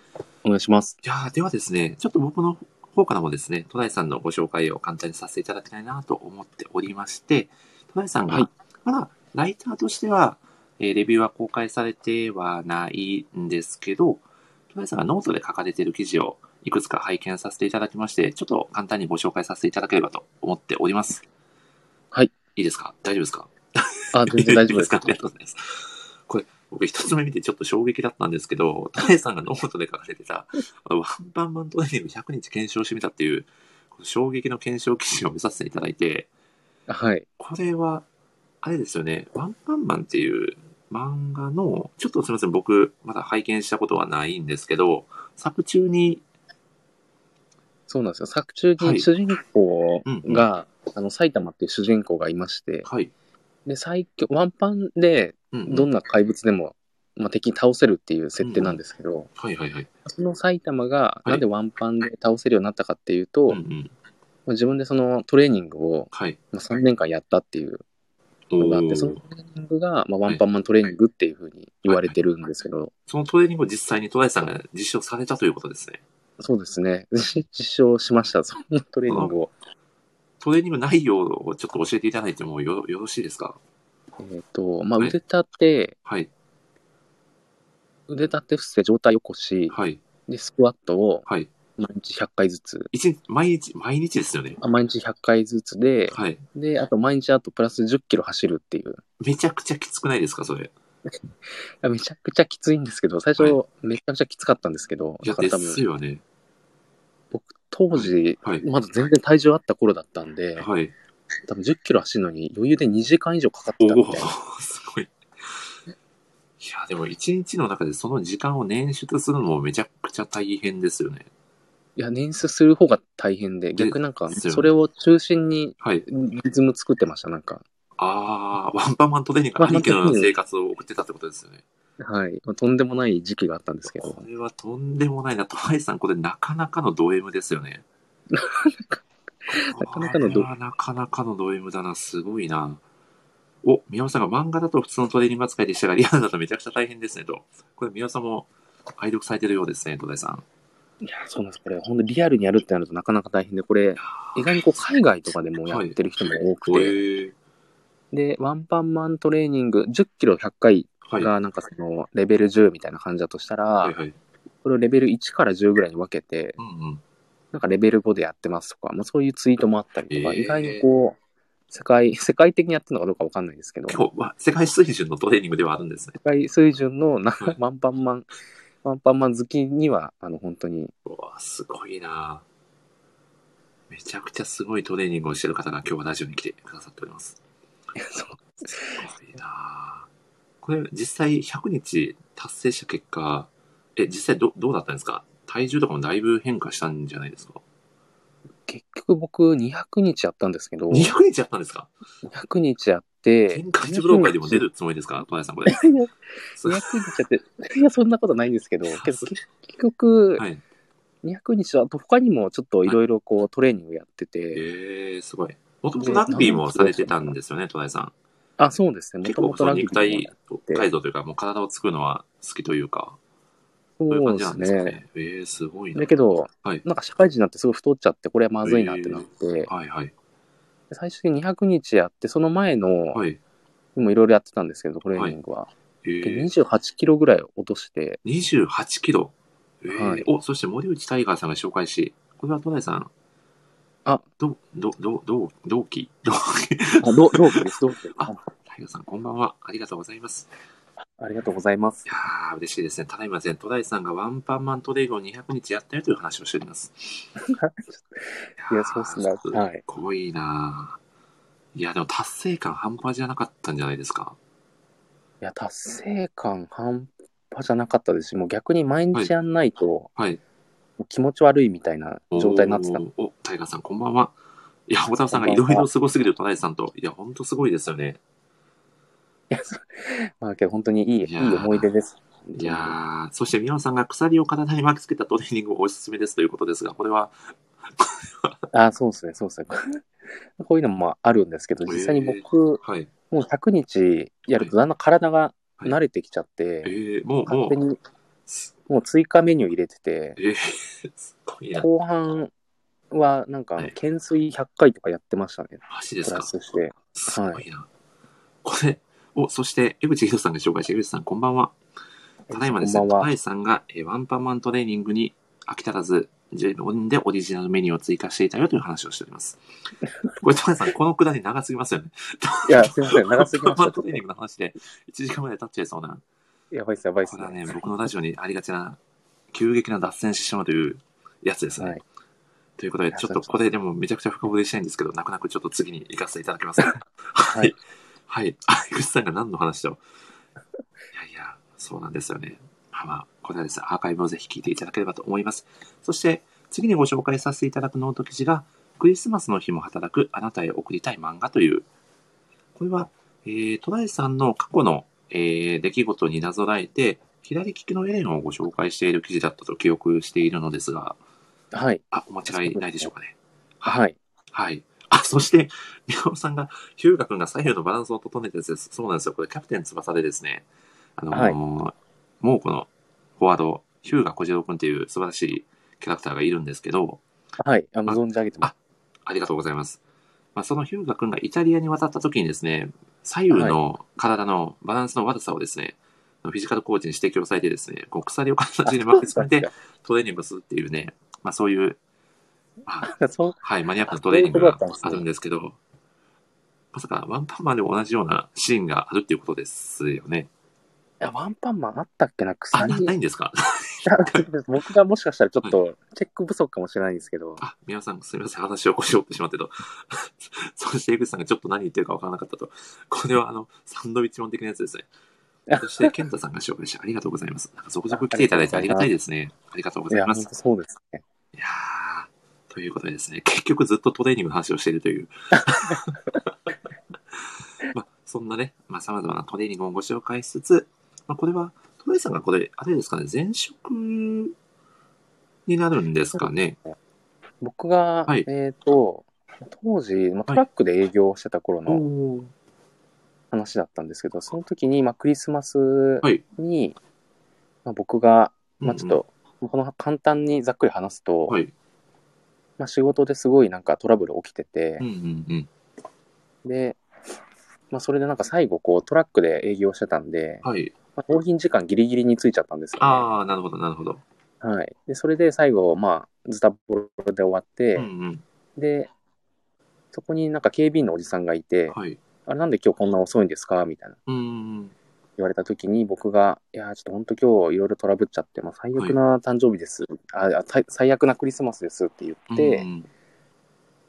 [SPEAKER 2] お願いします。
[SPEAKER 1] いやー、ではですね、ちょっと僕の方からもですね、戸田井さんのご紹介を簡単にさせていただきたいなと思っておりまして、戸田井さんが、
[SPEAKER 2] はい
[SPEAKER 1] まだライターとしては、えーレビューは公開されてはないんですけど、戸田井さんがノートで書かれている記事をいくつか拝見させていただきまして、ちょっと簡単にご紹介させていただければと思っております。
[SPEAKER 2] はい。
[SPEAKER 1] いいですか大丈夫ですか
[SPEAKER 2] あ、全然大丈夫です
[SPEAKER 1] ありがとうございます。これ、僕一つ目見てちょっと衝撃だったんですけど、タエさんがノートで書かれてた、あのワンパンマントレーニング100日検証してみたっていう、この衝撃の検証記事を見させていただいて、
[SPEAKER 2] はい。
[SPEAKER 1] これは、あれですよね、ワンパンマンっていう漫画の、ちょっとすみません、僕、まだ拝見したことはないんですけど、作中に、
[SPEAKER 2] そうなんですよ。作中
[SPEAKER 1] は
[SPEAKER 2] に
[SPEAKER 1] い
[SPEAKER 2] 主人公
[SPEAKER 1] うんうん
[SPEAKER 2] が、あの、埼玉っていう主人公がいまして、
[SPEAKER 1] はい、
[SPEAKER 2] で、最強、ワンパンで、
[SPEAKER 1] うんうん
[SPEAKER 2] どんな怪物でも、まあ、敵倒せるっていう設定なんですけど、
[SPEAKER 1] はいはいはい。
[SPEAKER 2] その埼玉が
[SPEAKER 1] い
[SPEAKER 2] なんでワンパンで倒せるようになったかっていうと、
[SPEAKER 1] うんうん、
[SPEAKER 2] まあ自分でそのトレーニングを
[SPEAKER 1] はい。
[SPEAKER 2] まあ3年間やったっていう
[SPEAKER 1] お
[SPEAKER 2] のがあっ
[SPEAKER 1] ー
[SPEAKER 2] て、そのトレーニングがまあワンパンマントレーニングっていうふうに言われてるんですけど、
[SPEAKER 1] そのトレーニングを実際にトライさんが実証されたということですね。
[SPEAKER 2] そうですね、 実証しました、そのトレーニングを。
[SPEAKER 1] トレーニング内容をちょっと教えていただいてもよよろしいですか
[SPEAKER 2] えっ、と、まあ、
[SPEAKER 1] はい
[SPEAKER 2] 腕立て、
[SPEAKER 1] はい、
[SPEAKER 2] 腕立て伏せ、上体起こし、
[SPEAKER 1] はい、
[SPEAKER 2] で、スクワットを
[SPEAKER 1] はい。
[SPEAKER 2] 毎日100回ずつ、
[SPEAKER 1] 一日、毎日、毎日ですよね。
[SPEAKER 2] あ毎日100回ずつで、
[SPEAKER 1] はい。
[SPEAKER 2] で、あと毎日あとプラス10キロ走るっていう。
[SPEAKER 1] めちゃくちゃきつくないですかそれ。
[SPEAKER 2] あめちゃくちゃきついんですけど、最初
[SPEAKER 1] は
[SPEAKER 2] めちゃくちゃきつかったんですけど、
[SPEAKER 1] いや、
[SPEAKER 2] だから
[SPEAKER 1] で
[SPEAKER 2] 多分
[SPEAKER 1] すよね。
[SPEAKER 2] 僕当時、
[SPEAKER 1] はい、
[SPEAKER 2] まだ全然体重あった頃だったんで、
[SPEAKER 1] はい。
[SPEAKER 2] 多分10キロ走るのに余裕で2時間以上かかっ
[SPEAKER 1] お
[SPEAKER 2] てたみ
[SPEAKER 1] お
[SPEAKER 2] たいな。
[SPEAKER 1] すごい。いや、でも一日の中でその時間を捻出するのもめちゃくちゃ大変ですよね。
[SPEAKER 2] いや、捻出する方が大変で、
[SPEAKER 1] で
[SPEAKER 2] 逆なんか、
[SPEAKER 1] ですよね
[SPEAKER 2] それを中心に
[SPEAKER 1] はい。
[SPEAKER 2] リズム作ってました、なんか。
[SPEAKER 1] あー、ワンパンマントレーニング、兄貴のような生活を送ってたってことですよね。
[SPEAKER 2] はい。まあとんでもない時期があったんですけど
[SPEAKER 1] こ、れはとんでもないな。トライさん、これなかなかのド M ですよね。
[SPEAKER 2] なかなかのド
[SPEAKER 1] これはなかなかのド M だな。すごいな。お、宮本さんが漫画だと普通のトレーニング扱いでしたが、リアルだとめちゃくちゃ大変ですねと。これ、宮本さんも愛読されてるようですね、戸田さん。
[SPEAKER 2] いや、そうなんです。これ、本当リアルにやるってなるとなかなか大変で、これ、意外にこう、海外とかでもやってる人も多くて、
[SPEAKER 1] え
[SPEAKER 2] で、ワンパンマントレーニング、10キロ100回
[SPEAKER 1] はい。は
[SPEAKER 2] が、なんかその、レベル10みたいな感じだとしたら、
[SPEAKER 1] いはい。
[SPEAKER 2] これをレベル1から10ぐらいに分けて、
[SPEAKER 1] うんうん。
[SPEAKER 2] なんかレベル5でやってますとか、まあ、そういうツイートもあったりとか、
[SPEAKER 1] えー
[SPEAKER 2] 意外にこう、世界、 世界的にやってるのかどうかわかんないですけど、
[SPEAKER 1] 結
[SPEAKER 2] 世
[SPEAKER 1] 構、まあ、世界水準のトレーニングではあるんですね。
[SPEAKER 2] 界水準のな
[SPEAKER 1] はい
[SPEAKER 2] ワンパンマン、ワンパンマン好きには、あの、本当に、
[SPEAKER 1] うわすごいなめちゃくちゃすごいトレーニングをしてる方が今日はラジオに来てくださっております。
[SPEAKER 2] そう
[SPEAKER 1] すごいなこれ実際100日達成した結果、え、実際どどうだったんですか体重とかもだいぶ変化したんじゃないですか
[SPEAKER 2] 結局僕200日やったんですけど、
[SPEAKER 1] ?200 日やったんですか
[SPEAKER 2] 200日やって、
[SPEAKER 1] 喧嘩一ブロー会でも出るつもりですか小林さんこれ。
[SPEAKER 2] いや
[SPEAKER 1] す
[SPEAKER 2] 200日やって、いや、そんなことないんですけど、けど結局、
[SPEAKER 1] はい。
[SPEAKER 2] 200日は、他にもちょっといろいろこうトレーニングやって
[SPEAKER 1] え
[SPEAKER 2] て、
[SPEAKER 1] ー、すごい。もともとラグビーもされてたんですよね、戸田井さん。
[SPEAKER 2] あ、そうですね、も
[SPEAKER 1] 結
[SPEAKER 2] と
[SPEAKER 1] 構
[SPEAKER 2] もと
[SPEAKER 1] その
[SPEAKER 2] ラグビ
[SPEAKER 1] 肉
[SPEAKER 2] ー
[SPEAKER 1] 体改造というか、もう体を作るのは好きというか、そういう
[SPEAKER 2] も
[SPEAKER 1] 感
[SPEAKER 2] やって
[SPEAKER 1] じな
[SPEAKER 2] て
[SPEAKER 1] んでか
[SPEAKER 2] そうですすね。
[SPEAKER 1] ね。えー、すごいな
[SPEAKER 2] だ。けど、
[SPEAKER 1] はい
[SPEAKER 2] なんか社会人になってすごい太っちゃって、これはまずいなってなって、
[SPEAKER 1] はいはい。
[SPEAKER 2] 最終的に200日やって、その前の、
[SPEAKER 1] はい。
[SPEAKER 2] もいろいろやってたんですけど、トレーニングは。
[SPEAKER 1] え
[SPEAKER 2] で
[SPEAKER 1] ー、
[SPEAKER 2] 28キロぐらい落として、
[SPEAKER 1] 28キロ。えー
[SPEAKER 2] はい
[SPEAKER 1] お、そして森内タイガーさんが紹介し、これは都内さん。
[SPEAKER 2] あ、
[SPEAKER 1] ど、ど、ど、ど、同期 同期
[SPEAKER 2] あど同期です、同期ですあ
[SPEAKER 1] あタイガーさん、こんばんは。ありがとうございます。
[SPEAKER 2] ありがとうございます
[SPEAKER 1] い。やー、嬉しいですね。ただいまですね、都内さんがワンパンマントレイグを200日やったよという話をしております。
[SPEAKER 2] いや、そうっすね。
[SPEAKER 1] ー
[SPEAKER 2] はい。
[SPEAKER 1] すごいなーいや、でも達成感半端じゃなかったんじゃないですか。
[SPEAKER 2] いや、達成感半端じゃなかったですし、もう逆に毎日やんないと、
[SPEAKER 1] はい。
[SPEAKER 2] 気持ち悪いみたいな状態になってた。
[SPEAKER 1] おお、タイガーさん、こんばんは。いや、小田さんがいろいろすごすぎると、ナイさんと。いや、ほんとすごいですよね。
[SPEAKER 2] まあ、けど本当にいい、
[SPEAKER 1] い
[SPEAKER 2] いい
[SPEAKER 1] やー
[SPEAKER 2] 思い出です。
[SPEAKER 1] いやー、そして、宮野さんが鎖を体に巻きつけたトレーニングをおすすめですということですが、これは、
[SPEAKER 2] あ、そうですね、そうですね。 こういうのもまああるんですけど、
[SPEAKER 1] へー
[SPEAKER 2] 実際に僕、
[SPEAKER 1] はい。
[SPEAKER 2] もう100日やるとだんだん体が慣れてきちゃっ
[SPEAKER 1] え
[SPEAKER 2] て、
[SPEAKER 1] ー、もう、も
[SPEAKER 2] 勝
[SPEAKER 1] う
[SPEAKER 2] 手、に
[SPEAKER 1] す
[SPEAKER 2] もう追加メニュー入れてて、
[SPEAKER 1] えー、すごいな。
[SPEAKER 2] 後半はなんかあ
[SPEAKER 1] は
[SPEAKER 2] の
[SPEAKER 1] い
[SPEAKER 2] 懸垂100回とかやってましたね。
[SPEAKER 1] マジで
[SPEAKER 2] プ
[SPEAKER 1] す
[SPEAKER 2] ラ
[SPEAKER 1] か。
[SPEAKER 2] スして。
[SPEAKER 1] すごいな。これ、お、そして、江口博さんが紹介した江口さん、こんばんは。ただいまです
[SPEAKER 2] こ
[SPEAKER 1] ね、
[SPEAKER 2] ん
[SPEAKER 1] ト
[SPEAKER 2] ばん
[SPEAKER 1] ラ
[SPEAKER 2] は。
[SPEAKER 1] イさんが、えーワンパンマントレーニングに飽き足らず、自分でオリジナルメニューを追加していたよという話をしており ます。これ、トライさん、このくだり長すぎますよね。
[SPEAKER 2] いや、すいません、長すぎ
[SPEAKER 1] ワン
[SPEAKER 2] ま
[SPEAKER 1] パンマ
[SPEAKER 2] し
[SPEAKER 1] ントレーニングの話で1時間ぐらい経っちゃいそうな。
[SPEAKER 2] た。やばいっす、やばいっ
[SPEAKER 1] こ
[SPEAKER 2] す
[SPEAKER 1] れは
[SPEAKER 2] ね。
[SPEAKER 1] ね、僕のラジオにありがちな、急激な脱線してしまうというやつですね。
[SPEAKER 2] はい
[SPEAKER 1] ということで、ちょっとこれでもめちゃくちゃ深掘りしたいんですけど、泣く泣くちょっと次に行かせていただきます。はいい。はい。あ、井口さんが何の話だろう。いやいや、そうなんですよね。まあまあ、これはですね、アーカイブをぜひ聞いていただければと思います。そして、次にご紹介させていただくノート記事が、クリスマスの日も働くあなたへ送りたい漫画という、これは、えー、トライさんの過去の、えー出来事になぞらえて、左利きのエレンをご紹介している記事だったと記憶しているのですが、
[SPEAKER 2] はい。
[SPEAKER 1] あ、お間違いないでしょうかね。
[SPEAKER 2] はい。
[SPEAKER 1] はい。あ、そして、宮尾さんが、ヒューガ君が左右のバランスを整えたやつです。そうなんですよ。これ、キャプテン翼でですね、あのー
[SPEAKER 2] はい
[SPEAKER 1] もうこのフォワード、ヒューガ小次郎君っていう素晴らしいキャラクターがいるんですけど、
[SPEAKER 2] はい。あの、存じ上げてます。
[SPEAKER 1] ありがとうございます。まあ、そのヒューガ君がイタリアに渡った時にですね、左右の体のバランスの悪さをですね、フィジカルコーチに指摘をされてですね、こう鎖を
[SPEAKER 2] あ
[SPEAKER 1] 形に巻きつ
[SPEAKER 2] そう
[SPEAKER 1] けて
[SPEAKER 2] なんで
[SPEAKER 1] トレーニングをするっていうね、まあそういう、まあ
[SPEAKER 2] すかそう
[SPEAKER 1] はい、マニアックなトレーニングがあ
[SPEAKER 2] あそ
[SPEAKER 1] る
[SPEAKER 2] う
[SPEAKER 1] ん
[SPEAKER 2] いうことだったんですね
[SPEAKER 1] ですけど、まさかワンパンマンでも同じようなシーンがあるっていうことですよね。
[SPEAKER 2] いやワンパンマンあったっけな
[SPEAKER 1] あ、
[SPEAKER 2] 鎖
[SPEAKER 1] なないんですか
[SPEAKER 2] いやちょっと僕がもしかしたらちょっとチェック不足かもしれないんですけど、
[SPEAKER 1] あ、皆さんすみません、話を起こしようってしまってと。 そして江口さんがちょっと何言ってるかわからなかったと。これはあの、サンドウィッチマン的なやつですね。そして、健太さんが紹介してありがとうございます。なんか続々来ていただいてありがたいですね。ありがとうご
[SPEAKER 2] い
[SPEAKER 1] ざい
[SPEAKER 2] や、
[SPEAKER 1] ま
[SPEAKER 2] 本
[SPEAKER 1] す
[SPEAKER 2] 当。そうですね。
[SPEAKER 1] いやーということでですね、結局ずっとトレーニングの話をしているという。 まあ、そんなね、まあ、様々なトレーニングをご紹介しつつ、まあ、これは、トレイさんがこれ、あれですかね、前職になるんですかね。
[SPEAKER 2] 僕が、
[SPEAKER 1] はい
[SPEAKER 2] えっ、と、当時、まあ、トラックで営業してた頃の
[SPEAKER 1] おー
[SPEAKER 2] 話だったんですけど、その時に、まあ、クリスマス
[SPEAKER 1] はい。
[SPEAKER 2] に、まあ、僕が、まあ、ちょっ
[SPEAKER 1] うんうん
[SPEAKER 2] と、この簡単にざっくり話すと、
[SPEAKER 1] はい。
[SPEAKER 2] まあ、仕事ですごいなんかトラブル起きてて
[SPEAKER 1] う、んうんうん。
[SPEAKER 2] で、まあ、それでなんか最後こうトラックで営業してたんで、
[SPEAKER 1] はい。
[SPEAKER 2] まあ、納品時間ギリギリについちゃったんですよ、ね。
[SPEAKER 1] ああ、なるほど、なるほど。
[SPEAKER 2] はい、でそれで最後、まあ、ズタボロで終わって、
[SPEAKER 1] うんうん。
[SPEAKER 2] でそこになんか警備員のおじさんがいて、
[SPEAKER 1] はい。
[SPEAKER 2] あれなんで今日こんな遅いんですかみたいな
[SPEAKER 1] うんうん。
[SPEAKER 2] 言われた時に僕が「いやーちょっと本当今日いろいろトラブっちゃって、まあ、最悪な誕生日です、ああ最最悪なクリスマスです」って言
[SPEAKER 1] うん
[SPEAKER 2] って、
[SPEAKER 1] うん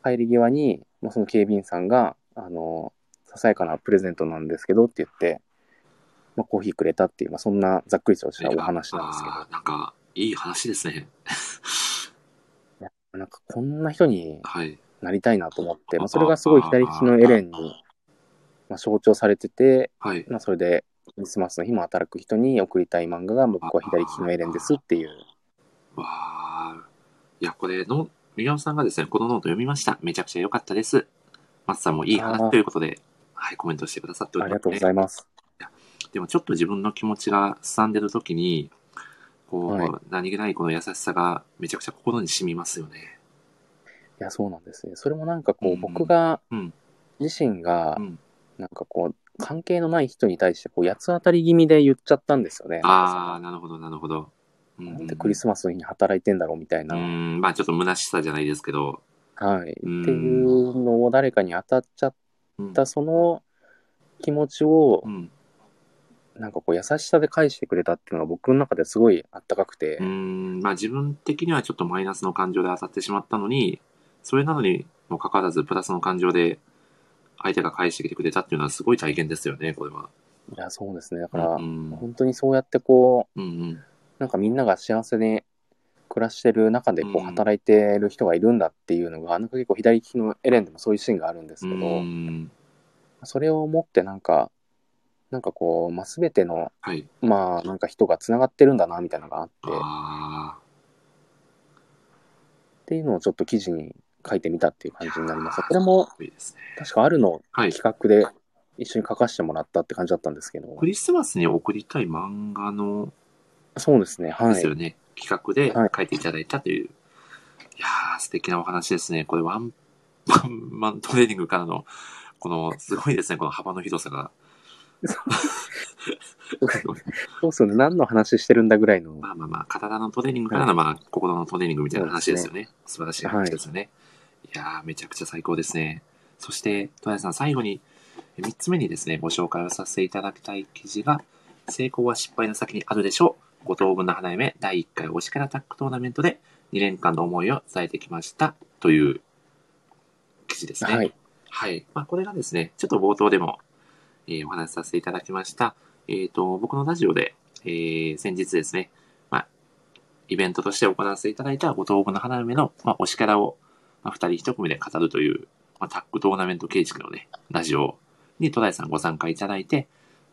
[SPEAKER 2] 帰り際に、まあ、その警備員さんが「あのささやかなプレゼントなんですけど」って言って、まあ、コーヒーくれたっていう、まあ、そんなざっくりとしたお話なんですけど。
[SPEAKER 1] あーなんか、いい話ですね。
[SPEAKER 2] なんかこんな人に
[SPEAKER 1] はい。
[SPEAKER 2] なりたいなと思って、まあ、それがすごい左利きのエレンに、まあ、象徴されてて、
[SPEAKER 1] はい。
[SPEAKER 2] まあ、それでクリスマスの日も働く人に送りたい漫画が僕は左利きのエレンですっていう。
[SPEAKER 1] わあ。いや、これの、宮尾さんがですね、このノート読みました。めちゃくちゃ良かったです。松さんもいい
[SPEAKER 2] あ
[SPEAKER 1] 話
[SPEAKER 2] ー
[SPEAKER 1] ということで、はい、コメントしてくださってお
[SPEAKER 2] あ
[SPEAKER 1] り
[SPEAKER 2] り
[SPEAKER 1] ま
[SPEAKER 2] が
[SPEAKER 1] す、
[SPEAKER 2] とうござ
[SPEAKER 1] ね。
[SPEAKER 2] います。
[SPEAKER 1] でもちょっと自分の気持ちがすさんでる時に、こう、
[SPEAKER 2] はい
[SPEAKER 1] 何気ないこの優しさがめちゃくちゃ心に染みますよね。
[SPEAKER 2] いや、そうなんですね。それもなんかこ
[SPEAKER 1] う
[SPEAKER 2] うん僕が
[SPEAKER 1] うん、
[SPEAKER 2] 自身が
[SPEAKER 1] うん
[SPEAKER 2] なんかこう関係のない人に対してこう八つ当たり気味で言っちゃったんですよね。
[SPEAKER 1] ああ、
[SPEAKER 2] なんか
[SPEAKER 1] なるほど、なるほど。う
[SPEAKER 2] そ
[SPEAKER 1] ん
[SPEAKER 2] のなんでクリスマスの日に働いてんだろうみたいな。
[SPEAKER 1] うん、まあちょっと虚しさじゃないですけど。
[SPEAKER 2] はい。って
[SPEAKER 1] うん
[SPEAKER 2] いうのを誰かに当たっちゃっ
[SPEAKER 1] うん
[SPEAKER 2] たその気持ちを
[SPEAKER 1] うん、
[SPEAKER 2] なんかこう優しさで返してくれたっていうのが僕の中ですごいあったかくて、
[SPEAKER 1] うん、まあ自分的にはちょっとマイナスの感情で当たってしまったのに、それなのにもかかわらずプラスの感情で相手が返してきてくれたっていうのはすごい体験ですよね、これは。
[SPEAKER 2] いやそうですねだから、
[SPEAKER 1] うん、うん
[SPEAKER 2] 本当にそうやってこ
[SPEAKER 1] うん、
[SPEAKER 2] うなんかみんなが幸せに暮らしてる中でこ
[SPEAKER 1] う
[SPEAKER 2] うん働いてる人がいるんだっていうのが、なんか結構左利きのエレンでもそういうシーンがあるんです
[SPEAKER 1] う
[SPEAKER 2] けど、
[SPEAKER 1] ん。
[SPEAKER 2] それを思ってなんか、なんかこう、まあ、全ての、
[SPEAKER 1] はい。
[SPEAKER 2] まあなんか人がつながってるんだなみたいなのがあって、っ
[SPEAKER 1] あ
[SPEAKER 2] ていうのをちょっと記事に書いてみたっていう感じになりました。
[SPEAKER 1] あ。
[SPEAKER 2] これも
[SPEAKER 1] すごいですね。
[SPEAKER 2] 確かあるの
[SPEAKER 1] はい。
[SPEAKER 2] 企画で一緒に書かせてもらったって感じだったんですけど
[SPEAKER 1] ク、リスマスに送りたい漫画の
[SPEAKER 2] そうですね、は
[SPEAKER 1] で
[SPEAKER 2] い。
[SPEAKER 1] すよね、企画で
[SPEAKER 2] はい
[SPEAKER 1] 書いていただいたという、い、やー、素敵なお話ですね。これ ワンパンマントレーニングからの、この、すごいですね、この幅の広さが。すごい
[SPEAKER 2] そうですよね、何の話してるんだぐらいの、
[SPEAKER 1] まあまあまあ、体のトレーニングからの、まあ、心のトレーニングみたいな話ですよね。素晴らしい話ですよね。い、やー、めちゃくちゃ最高ですね。そして、戸谷さん、最後に、え3つ目にですね、ご紹介をさせていただきたい記事が、成功は失敗の先にあるでしょう。五等分の花嫁第1回推しキャラタックトーナメントで2年間の思いを伝えてきました。という記事ですね。
[SPEAKER 2] はい。
[SPEAKER 1] はい。まあ、これがですね、ちょっと冒頭でも、えーお話しさせていただきました。えっ、と、僕のラジオで、えー先日ですね、まあ、イベントとして行わせていただいた五等分の花嫁の、まあ、推しキャラを、まあ、二人一組で語るという、まあ、タッグトーナメント形式のね、ラジオに戸田井さんご参加いただいて、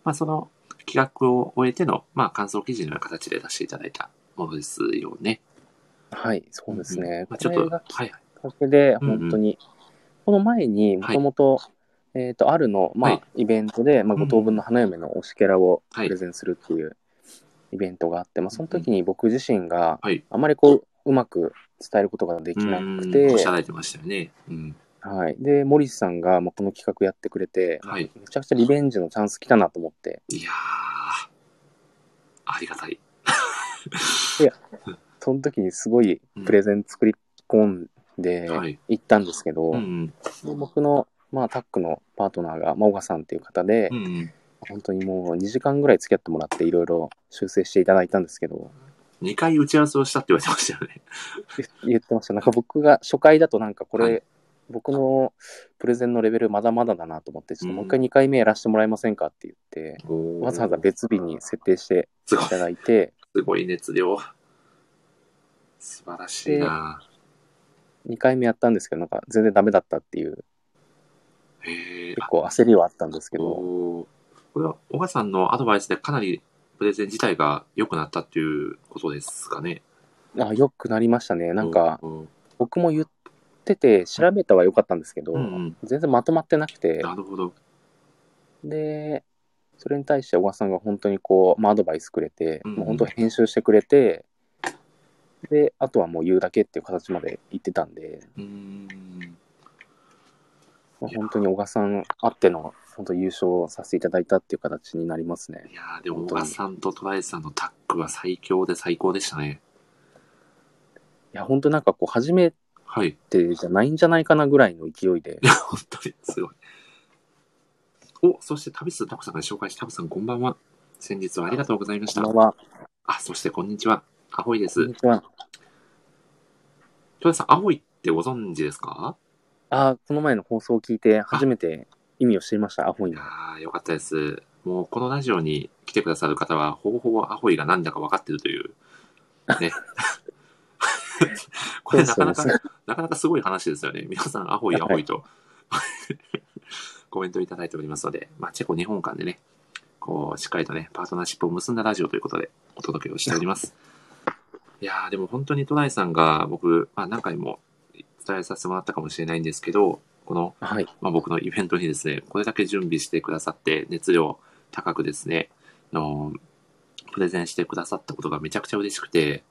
[SPEAKER 1] まあ、その企画を終えての、まあ、感想記事のような形で出していただいたものですよね。
[SPEAKER 2] はい、そうですね。
[SPEAKER 1] まあ、
[SPEAKER 2] こ
[SPEAKER 1] ちょっ
[SPEAKER 2] れ
[SPEAKER 1] と、
[SPEAKER 2] が
[SPEAKER 1] はい。
[SPEAKER 2] きっかけで、
[SPEAKER 1] うんうん
[SPEAKER 2] 本当に、この前にもともと、えっと、あるの、ま
[SPEAKER 1] は
[SPEAKER 2] あ、イベントで、まあ、
[SPEAKER 1] うん
[SPEAKER 2] 五等分の花嫁の推しキャラを
[SPEAKER 1] はい
[SPEAKER 2] プレゼンするっていうイベントがあって、まあ、その時に僕自身が
[SPEAKER 1] はい、
[SPEAKER 2] あまりこう、うまく伝えることができなく
[SPEAKER 1] うんおってしゃ、られてましたよね。うん。
[SPEAKER 2] はい。で、モリスさんが、まあ、この企画やってくれて、
[SPEAKER 1] はい。
[SPEAKER 2] めちゃくちゃリベンジのチャンス来たなと思って、
[SPEAKER 1] いやー、ありがたい。
[SPEAKER 2] その時にすごいプレゼン作り込んで
[SPEAKER 1] はい。
[SPEAKER 2] 行ったんですけど、
[SPEAKER 1] うん。
[SPEAKER 2] 僕の、まあ、タックのパートナーが、まあ、小川さんっていう方で、
[SPEAKER 1] うん。
[SPEAKER 2] 本当にもう2時間ぐらい付き合ってもらっていろいろ修正していただいたんですけど
[SPEAKER 1] 2回打ち合わせをしたって言われてましたよね。
[SPEAKER 2] 言言ってましたなんか僕が初回だとなんかこれ、
[SPEAKER 1] は
[SPEAKER 2] 僕のプレゼンのレベルまだまだだなと思ってちょっともう一回
[SPEAKER 1] うん
[SPEAKER 2] 2回目やらせてもらえませんかって言って、わざわざ別日に設定して
[SPEAKER 1] すご
[SPEAKER 2] い
[SPEAKER 1] い、
[SPEAKER 2] ただいて
[SPEAKER 1] すごい熱量。素晴らしいな
[SPEAKER 2] 2回目やったんですけどなんか全然ダメだったっていう
[SPEAKER 1] へえ。
[SPEAKER 2] 結
[SPEAKER 1] あ
[SPEAKER 2] 構焦りはあったんですけど
[SPEAKER 1] おーこれは、小川さんのアドバイスでかなりプレゼン自体が良くなったっていうことですかね。
[SPEAKER 2] あよくなりましたねなんか
[SPEAKER 1] おー
[SPEAKER 2] 僕も言ってて調べたは良かったんですけど、
[SPEAKER 1] うんうん
[SPEAKER 2] 全然まとまってなくて
[SPEAKER 1] なるほど。
[SPEAKER 2] で、それに対して小川さんが本当にこう、まあ、アドバイスくれて、
[SPEAKER 1] うんうん
[SPEAKER 2] もう本当編集してくれて、で、あとはもう言うだけっていう形まで言ってたんで、
[SPEAKER 1] うーん。
[SPEAKER 2] まあ
[SPEAKER 1] いや
[SPEAKER 2] 本当に小川さんあっての、本当優勝させていただいたっていう形になりますね。
[SPEAKER 1] いやーでも小川さんとトライさんのタッグは最強で最高でしたね。
[SPEAKER 2] いや、本当なんかこう、初め
[SPEAKER 1] はい。
[SPEAKER 2] てじゃないんじゃないかなぐらいの勢い で
[SPEAKER 1] い、や、本当に、すごい。お、そして、田淵さん、タコさんが紹介したタコさん、こんばんは。先日はありがとうございまし
[SPEAKER 2] こ
[SPEAKER 1] た
[SPEAKER 2] んば。んは、
[SPEAKER 1] あ、そして、こんにちは。アホイで
[SPEAKER 2] こん
[SPEAKER 1] す
[SPEAKER 2] に。ちは。
[SPEAKER 1] 戸田さん、アホイってご存知ですか
[SPEAKER 2] あ、この前の放送を聞いて、初めて意味を知りました、アホイ
[SPEAKER 1] いや
[SPEAKER 2] の。
[SPEAKER 1] ー、よかったです。もう、このラジオに来てくださる方は、ほぼほぼアホイが何だか分かってるという。 ね。これ、なかなか
[SPEAKER 2] そう、
[SPEAKER 1] なかなかすごい話ですよね。皆さん、アホイアホイと、コメントいただいておりますので、まあ、チェコ日本間でね、こう、しっかりとね、パートナーシップを結んだラジオということで、お届けをしております。いやー、でも本当にトライさんが、僕、まあ、何回も伝えさせてもらったかもしれないんですけど、この、
[SPEAKER 2] はい。
[SPEAKER 1] まあ、僕のイベントにですね、これだけ準備してくださって、熱量高くですね、あのプレゼンしてくださったことがめちゃくちゃ嬉しくて、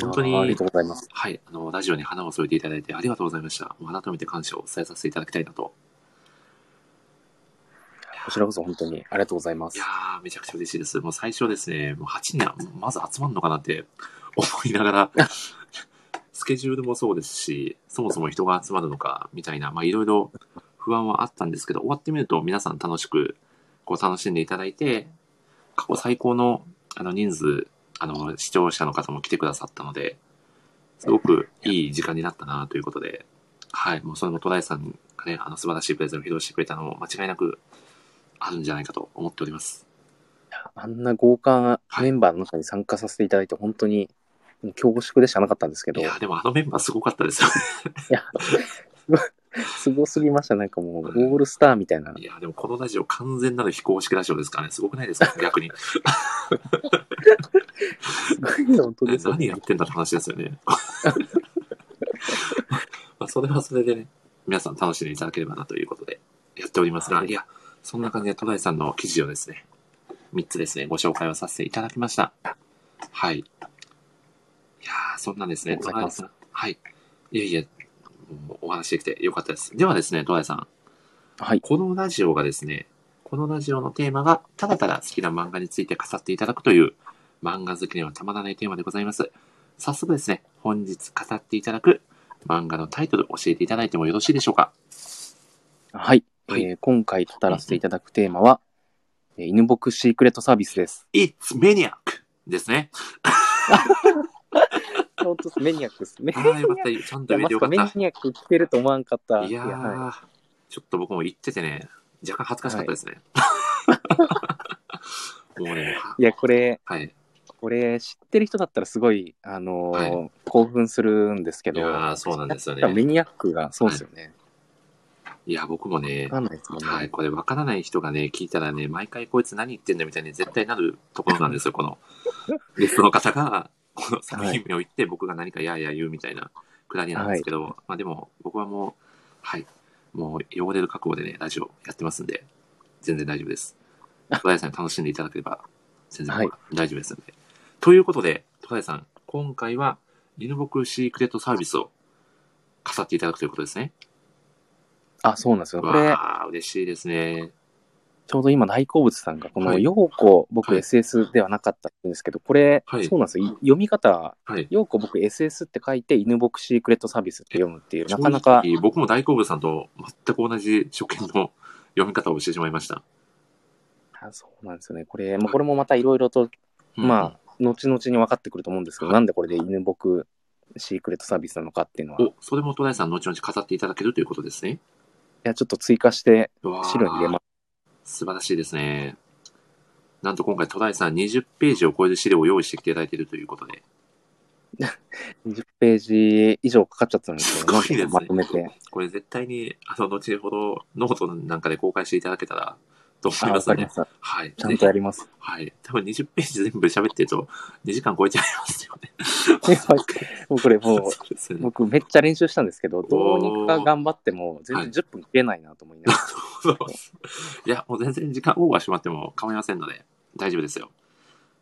[SPEAKER 1] 本当に
[SPEAKER 2] あーありがとうございます。
[SPEAKER 1] はい、あの、ラジオに花を添えていただいてありがとうございました。もう改めて感謝を伝えさせていただきたいなと。
[SPEAKER 2] こちらこそ本当にありがとうございま
[SPEAKER 1] い
[SPEAKER 2] す
[SPEAKER 1] や。ー、めちゃくちゃ嬉しいです。もう最初ですね、もう8人は、まず集まるのかなって思いながら、 スケジュールもそうですし、そもそも人が集まるのか、みたいな、まあいろいろ不安はあったんですけど、終わってみると皆さん楽しく、こう楽しんでいただいて、過去最高の、あの人数、あの、視聴者の方も来てくださったので、すごくいい時間になったなということで、はい、もうそれも戸田井さんがね、あの素晴らしいプレゼンを披露してくれたのも間違いなくあるんじゃないかと思っております。
[SPEAKER 2] あんな豪華メンバーの中に参加させていただいて、本当にもう恐縮でしかなかったんですけ
[SPEAKER 1] い
[SPEAKER 2] ど、い
[SPEAKER 1] や、でもあのメンバーすごかった ですよね。
[SPEAKER 2] や、すごすぎました。なんかもう、オールスターみたいな。
[SPEAKER 1] いや、でもこのラジオ完全なる非公式ラジオですからね。すごくないですか逆に。
[SPEAKER 2] すごいの、本当ですよ
[SPEAKER 1] 何
[SPEAKER 2] ね
[SPEAKER 1] やってんだって話ですよね。 まあそれはそれでね、皆さん楽しんでいただければなということでやっておりますが、いや、そんな感じで戸田井さんの記事をですね、3つですね、ご紹介をさせていただきました。はい。いやーそんなんですね、
[SPEAKER 2] あり
[SPEAKER 1] 戸
[SPEAKER 2] がとう
[SPEAKER 1] 田
[SPEAKER 2] ございま
[SPEAKER 1] 井
[SPEAKER 2] す
[SPEAKER 1] さん。はい。いえいえ、もうお話しできてよかったです。ではですね、戸田井さん、
[SPEAKER 2] はい。
[SPEAKER 1] このラジオがですね、このラジオのテーマが、ただただ好きな漫画について語っていただくという、漫画好きにはたまらないテーマでございます。早速ですね、本日語っていただく漫画のタイトル教えていただいてもよろしいでしょうか
[SPEAKER 2] はい。
[SPEAKER 1] はい
[SPEAKER 2] えー今回語らせていただくテーマは、えー犬ボクシークレットサービスです。
[SPEAKER 1] ?It's Maniac! ですね。
[SPEAKER 2] 本当メニアックです。メ
[SPEAKER 1] ああ、よかった。ち ゃんと言えてよかっ
[SPEAKER 2] メ
[SPEAKER 1] た。
[SPEAKER 2] ニアック来てると思わんかった。
[SPEAKER 1] いや
[SPEAKER 2] は
[SPEAKER 1] ー、ちょっと僕も言っててね、若干恥ずかしかったです ね。もうね、
[SPEAKER 2] いいや、これ、
[SPEAKER 1] はい。い
[SPEAKER 2] これ知ってる人だったらすごい、あのー
[SPEAKER 1] は
[SPEAKER 2] 興奮するんですけど、
[SPEAKER 1] やー、そうなんですよ
[SPEAKER 2] やっぱメ
[SPEAKER 1] ね。
[SPEAKER 2] ニアックがそうですよね。
[SPEAKER 1] いや、僕もね
[SPEAKER 2] わ、かんないですもんね。
[SPEAKER 1] はい、これ分からない人がね、聞いたらね、毎回こいつ何言ってんだみたいに絶対なるところなんです よ、この。ゲストの方が、この作品名を言って、僕が何かやいや言うみたいなくだりなんですけど、まあでも、僕はもう、はい、もう汚れる覚悟でね、ラジオやってますんで、全然大丈夫です。戸田井さんに楽しんでいただければ、全然
[SPEAKER 2] はい
[SPEAKER 1] 大丈夫ですんで。ということで、戸田井さん、今回は、犬クシークレットサービスを語っていただくということですね。
[SPEAKER 2] あ、そうなんですよ。これ、
[SPEAKER 1] わあ、嬉しいですね。
[SPEAKER 2] ちょうど今、大好物さんが、こ
[SPEAKER 1] は
[SPEAKER 2] の、
[SPEAKER 1] い
[SPEAKER 2] ようこ、僕
[SPEAKER 1] はい
[SPEAKER 2] SS ではなかったんですけど、これ、
[SPEAKER 1] はい
[SPEAKER 2] そうなんですよ。い読み方、
[SPEAKER 1] はい。
[SPEAKER 2] ようこ僕 SS って書いて、犬ボクシークレットサービスって読むっていう、なかな
[SPEAKER 1] 正
[SPEAKER 2] か、
[SPEAKER 1] 直僕も大好物さんと全く同じ初見の読み方をしてしまいました。
[SPEAKER 2] あそうなんですよね。これ、まあ、これもまたいろいろと、
[SPEAKER 1] うん
[SPEAKER 2] まあ、後々に分かってくると思うんですけど、
[SPEAKER 1] はい
[SPEAKER 2] なんでこれで犬ボクシークレットサービスなのかっていうのは、い
[SPEAKER 1] お、それも戸田井さん後々語っていただけるということですね。
[SPEAKER 2] や、ちょっと追加して、
[SPEAKER 1] うわー
[SPEAKER 2] 資料に入れます。
[SPEAKER 1] 素晴らしいですね。なんと今回戸田井さん20ページを超える資料を用意してきていただいているということで、
[SPEAKER 2] 20ページ以上かかっちゃったんですけど、
[SPEAKER 1] すごいですね
[SPEAKER 2] まとめて。
[SPEAKER 1] これ絶対に、あの、後ほどノートなんかで公開していただけたらと思
[SPEAKER 2] あ、
[SPEAKER 1] いま
[SPEAKER 2] わ
[SPEAKER 1] す
[SPEAKER 2] か
[SPEAKER 1] の
[SPEAKER 2] り
[SPEAKER 1] で
[SPEAKER 2] ま、した。
[SPEAKER 1] はい。
[SPEAKER 2] ちゃんとやり ます。
[SPEAKER 1] はい。多分20ページ全部喋ってると2時間超えちゃいますよね。
[SPEAKER 2] もうこれも う、
[SPEAKER 1] そうですよね。
[SPEAKER 2] 僕めっちゃ練習したんですけど、どうにか頑張っても
[SPEAKER 1] は
[SPEAKER 2] 全
[SPEAKER 1] い
[SPEAKER 2] 然10分切れないなと思いながら。
[SPEAKER 1] そういや、もう全然時間オーバーしてもらっても構いませんので、大丈夫ですよ。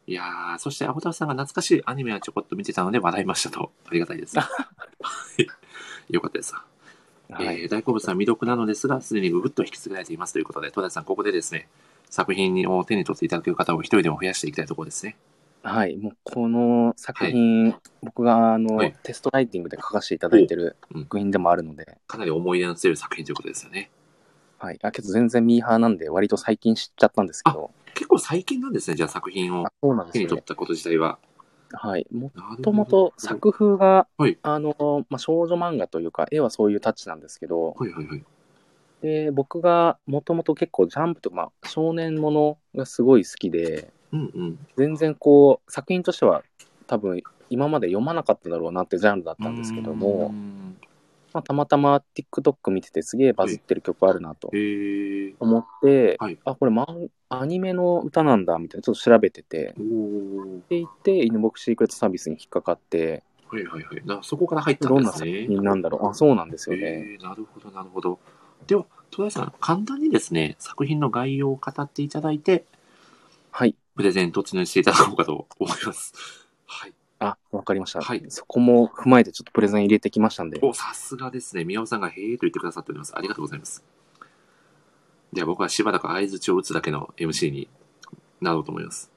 [SPEAKER 1] いやー、そして、アボタフさんが懐かしいアニメはちょこっと見てたので笑いましたと。ありがたい です。はいよかったです。
[SPEAKER 2] は
[SPEAKER 1] え
[SPEAKER 2] い。
[SPEAKER 1] ー大好物は未読なのですが、すでにぐぐっと引き継がれていますということで、戸田さん、ここでですね、作品を手に取っていただける方を一人でも増やしていきたいところですね。
[SPEAKER 2] はい。もうこの作品、僕があの、
[SPEAKER 1] はい
[SPEAKER 2] テストライティングで書かせていただいてる
[SPEAKER 1] おうん
[SPEAKER 2] 作品でもあるので、
[SPEAKER 1] かなり思い出の強い作品ということですよね。
[SPEAKER 2] はい。あ、けど全然ミーハーなんで、割と最近知っちゃったんですけど。
[SPEAKER 1] 結構最近なんですね、じゃあ作品を
[SPEAKER 2] あ、そうなんで
[SPEAKER 1] 手に
[SPEAKER 2] すよ
[SPEAKER 1] 取っ
[SPEAKER 2] ね。
[SPEAKER 1] たこと自体は。
[SPEAKER 2] はい。も
[SPEAKER 1] も
[SPEAKER 2] ともと作風が、
[SPEAKER 1] はい
[SPEAKER 2] あの、まあ、少女漫画というか、絵はそういうタッチなんですけど、
[SPEAKER 1] はいはいはい。
[SPEAKER 2] で、僕がもともと結構ジャンプとか、まあ、少年ものがすごい好きで、
[SPEAKER 1] うんうん。
[SPEAKER 2] 全然こう、作品としては多分今まで読まなかっただろうなってジャンルだったんですけど
[SPEAKER 1] うー
[SPEAKER 2] も、
[SPEAKER 1] ん。
[SPEAKER 2] まあ、たまたま TikTok 見ててすげえバズってる曲あるなと
[SPEAKER 1] えー、
[SPEAKER 2] 思って、
[SPEAKER 1] はい
[SPEAKER 2] あ、これマンアニメの歌なんだみたいな、ちょっと調べてて、
[SPEAKER 1] おー。
[SPEAKER 2] でいて、犬ボクシークレットサービスに引っかかって、
[SPEAKER 1] はいはいはい。なそこから入ったん
[SPEAKER 2] どん
[SPEAKER 1] で
[SPEAKER 2] な
[SPEAKER 1] す
[SPEAKER 2] 作
[SPEAKER 1] ね。
[SPEAKER 2] 品なんだろう。あ、そうなんですよね。
[SPEAKER 1] えーなるほどなるほど。では、戸田さん、簡単にですね、作品の概要を語っていただいて、
[SPEAKER 2] はい。
[SPEAKER 1] プレゼン突入していただこうかと思います。はい。
[SPEAKER 2] あ、わかりました。
[SPEAKER 1] はい
[SPEAKER 2] そこも踏まえてちょっとプレゼン入れてきましたんで。
[SPEAKER 1] お、さすがですね。宮尾さんがへーと言ってくださっております。ありがとうございます。では、僕はしばらく相槌を打つだけの MC になろうと思います。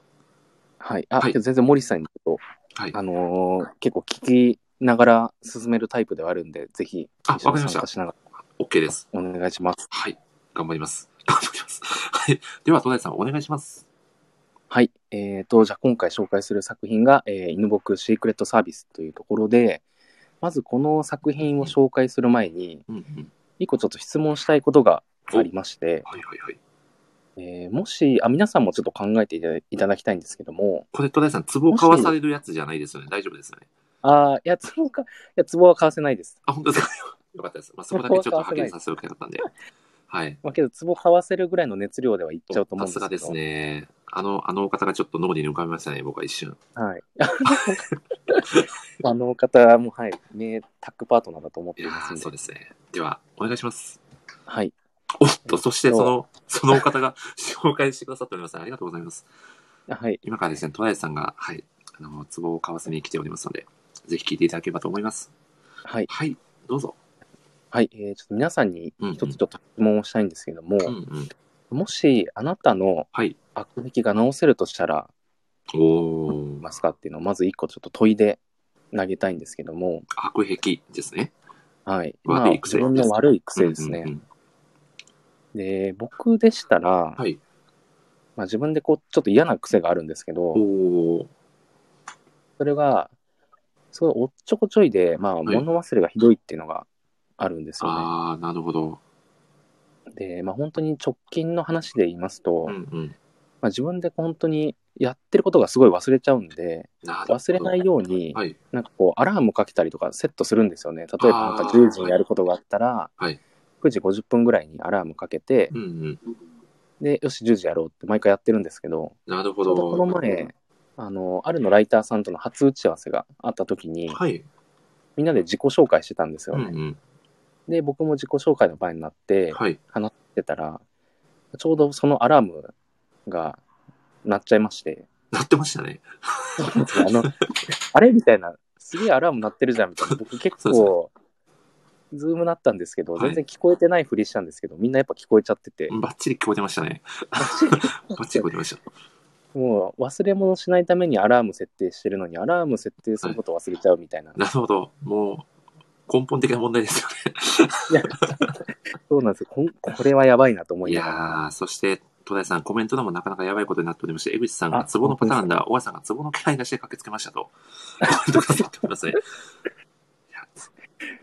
[SPEAKER 2] はい。あ、
[SPEAKER 1] はい
[SPEAKER 2] けど全然森さんにちょっ
[SPEAKER 1] はい
[SPEAKER 2] と、。あのー結構聞きながら進めるタイプではあるんで、ぜひ、
[SPEAKER 1] あ、わかりまし
[SPEAKER 2] 参
[SPEAKER 1] た
[SPEAKER 2] 加。しなが
[SPEAKER 1] OK です。
[SPEAKER 2] らお願いします。
[SPEAKER 1] はい。頑張ります。頑張ります。はい。では、戸田さん、お願いします。
[SPEAKER 2] はい。えっ、と、じゃあ今回紹介する作品が、えー、犬僕シークレットサービスというところで、まずこの作品を紹介する前に、
[SPEAKER 1] うんうん。
[SPEAKER 2] 一個ちょっと質問したいことがありまして、
[SPEAKER 1] はいはいはい。
[SPEAKER 2] えーもし、あ、皆さんもちょっと考えていただいただきたいんですけども、
[SPEAKER 1] これ、戸田井さん、壺買わされるやつじゃないですよね。大丈夫ですよね。
[SPEAKER 2] ああ、いや、ツボか、いや、ツボは買わせないです。
[SPEAKER 1] あ、本当ですか よかったです。まあ、そこだけちょっと派遣させておきたかったんで。 はい。
[SPEAKER 2] まあ、けど、ツボ買わせるぐらいの熱量ではいっちゃうと思う
[SPEAKER 1] さ
[SPEAKER 2] んですす
[SPEAKER 1] が
[SPEAKER 2] けど。
[SPEAKER 1] ですね。あの、あのお方がちょっと脳裏に浮かびましたね、僕は一瞬。
[SPEAKER 2] はい。 あの方も、はい、名タッグパートナーだと思っ
[SPEAKER 1] い
[SPEAKER 2] てい
[SPEAKER 1] や
[SPEAKER 2] ます
[SPEAKER 1] ー
[SPEAKER 2] んで。
[SPEAKER 1] そうですね。では、お願いします。
[SPEAKER 2] はい。
[SPEAKER 1] おっと、そしてその、そのお方が 紹介してくださっております。ありがとうございます。
[SPEAKER 2] はい。
[SPEAKER 1] 今からですね、戸田井さんが、はい、あの、壺を買わせに来ておりますので、ぜひ聞いていただければと思います。
[SPEAKER 2] はい。
[SPEAKER 1] はい、どうぞ。
[SPEAKER 2] はい。えーちょっと皆さんに
[SPEAKER 1] うんうん
[SPEAKER 2] 一つちょっと質問をしたいんですけども、
[SPEAKER 1] うんうん。
[SPEAKER 2] もし、あなたの
[SPEAKER 1] はい。
[SPEAKER 2] 悪癖が治せるとしたら、
[SPEAKER 1] お
[SPEAKER 2] い
[SPEAKER 1] ー、
[SPEAKER 2] ますかっていうのを、まず一個ちょっと問いで投げたいんですけども、
[SPEAKER 1] 悪癖ですね。
[SPEAKER 2] はい。まあ、
[SPEAKER 1] 悪い
[SPEAKER 2] 自
[SPEAKER 1] 癖
[SPEAKER 2] 分の悪い癖です
[SPEAKER 1] うんうん
[SPEAKER 2] ね。
[SPEAKER 1] うん
[SPEAKER 2] で、僕でしたら、
[SPEAKER 1] はい。
[SPEAKER 2] まあ、自分でこう、ちょっと嫌な癖があるんですけど、
[SPEAKER 1] おー、
[SPEAKER 2] それが、すごいおっちょこちょいで、まあ、
[SPEAKER 1] い
[SPEAKER 2] 物忘れがひどいっていうのがあるんですよね。
[SPEAKER 1] あー、なるほど。
[SPEAKER 2] で、まあ、本当に直近の話で言いますと、
[SPEAKER 1] うんうん。
[SPEAKER 2] まあ、自分で本当にやってることがすごい忘れちゃうんで、
[SPEAKER 1] なるほど
[SPEAKER 2] 忘れないように、
[SPEAKER 1] はい。
[SPEAKER 2] なんかこう、アラームかけたりとかセットするんですよね。例えば、なんか10時にやることがあったら、
[SPEAKER 1] はい
[SPEAKER 2] 9時50分ぐらいにアラームかけて、
[SPEAKER 1] うんうん。
[SPEAKER 2] で、よし、10時やろうって毎回やってるんですけど、
[SPEAKER 1] なるほ
[SPEAKER 2] ちょ
[SPEAKER 1] ど。
[SPEAKER 2] うどこの前、あの、あるのライターさんとの初打ち合わせがあった時に、
[SPEAKER 1] はい。
[SPEAKER 2] みんなで自己紹介してたんですよ
[SPEAKER 1] う
[SPEAKER 2] ね。
[SPEAKER 1] ん
[SPEAKER 2] で、僕も自己紹介の場になっ
[SPEAKER 1] う
[SPEAKER 2] て
[SPEAKER 1] ん。、はい。
[SPEAKER 2] 話してたら、ちょうどそのアラームが鳴っちゃいまして、
[SPEAKER 1] なってましたね。
[SPEAKER 2] あの、あれみたいな、すげえアラーム鳴ってるじゃんみたいな。僕結構、ズームなったんですけど、
[SPEAKER 1] はい
[SPEAKER 2] 全然聞こえてないふりしたんですけど、みんなやっぱ聞こえちゃってて、
[SPEAKER 1] バッチリ聞こえてましたね。バッチリ聞こえてました。
[SPEAKER 2] もう忘れ物しないためにアラーム設定してるのに、アラーム設定すること忘れちゃうみたいな。
[SPEAKER 1] なるほど。もう、根本的な問題ですよ
[SPEAKER 2] いや、そうなんですよ。こんこれはやばいなと思
[SPEAKER 1] ね。い
[SPEAKER 2] いな
[SPEAKER 1] や
[SPEAKER 2] がら。
[SPEAKER 1] ー、そして、戸田さん、コメントでもなかなかやばいことになっておりまして、江口さん
[SPEAKER 2] あ
[SPEAKER 1] がツボのパターンだ、大和さんがツボの気配がして駆けつけましたと、 コメントくださっており ますね。いや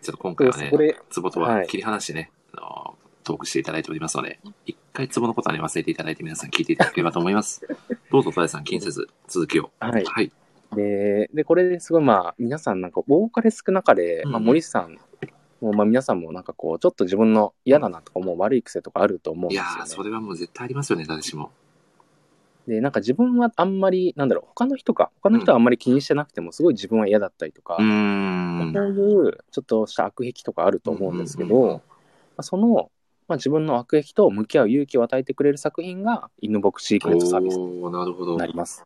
[SPEAKER 1] ちょっと今回はね
[SPEAKER 2] こ、れ、
[SPEAKER 1] ツボとは切り離してね、あのトークしていただいておりますので、一回ツボのことはね、忘れていただいて皆さん聞いていただければと思い ます。どうぞ戸田さん、気にせず、続きを。
[SPEAKER 2] はい
[SPEAKER 1] はい。
[SPEAKER 2] で、で、これですごいまあ、皆さんなんか多かれ少なかれ、
[SPEAKER 1] うん
[SPEAKER 2] まあ、森さんも、まあ皆さんもなんかこう、ちょっと自分の嫌だなとか思う悪い癖とかあると思うん
[SPEAKER 1] い
[SPEAKER 2] で
[SPEAKER 1] や
[SPEAKER 2] す
[SPEAKER 1] ー、
[SPEAKER 2] よ
[SPEAKER 1] そ
[SPEAKER 2] ね。
[SPEAKER 1] れはもう絶対ありますよね、誰しも。
[SPEAKER 2] で、なんか自分はあんまり、なんだろう、他の人か、他の人はあんまり気にしてなくても、すごい自分は嫌だったりとか、
[SPEAKER 1] うーん。
[SPEAKER 2] そういうちょっとした悪癖とかあると思うんですけど、
[SPEAKER 1] うんうんうん
[SPEAKER 2] まあ、その、まあ、自分の悪癖と向き合う勇気を与えてくれる作品が、犬ボクシークレットサービス
[SPEAKER 1] おーなるほど。
[SPEAKER 2] なります。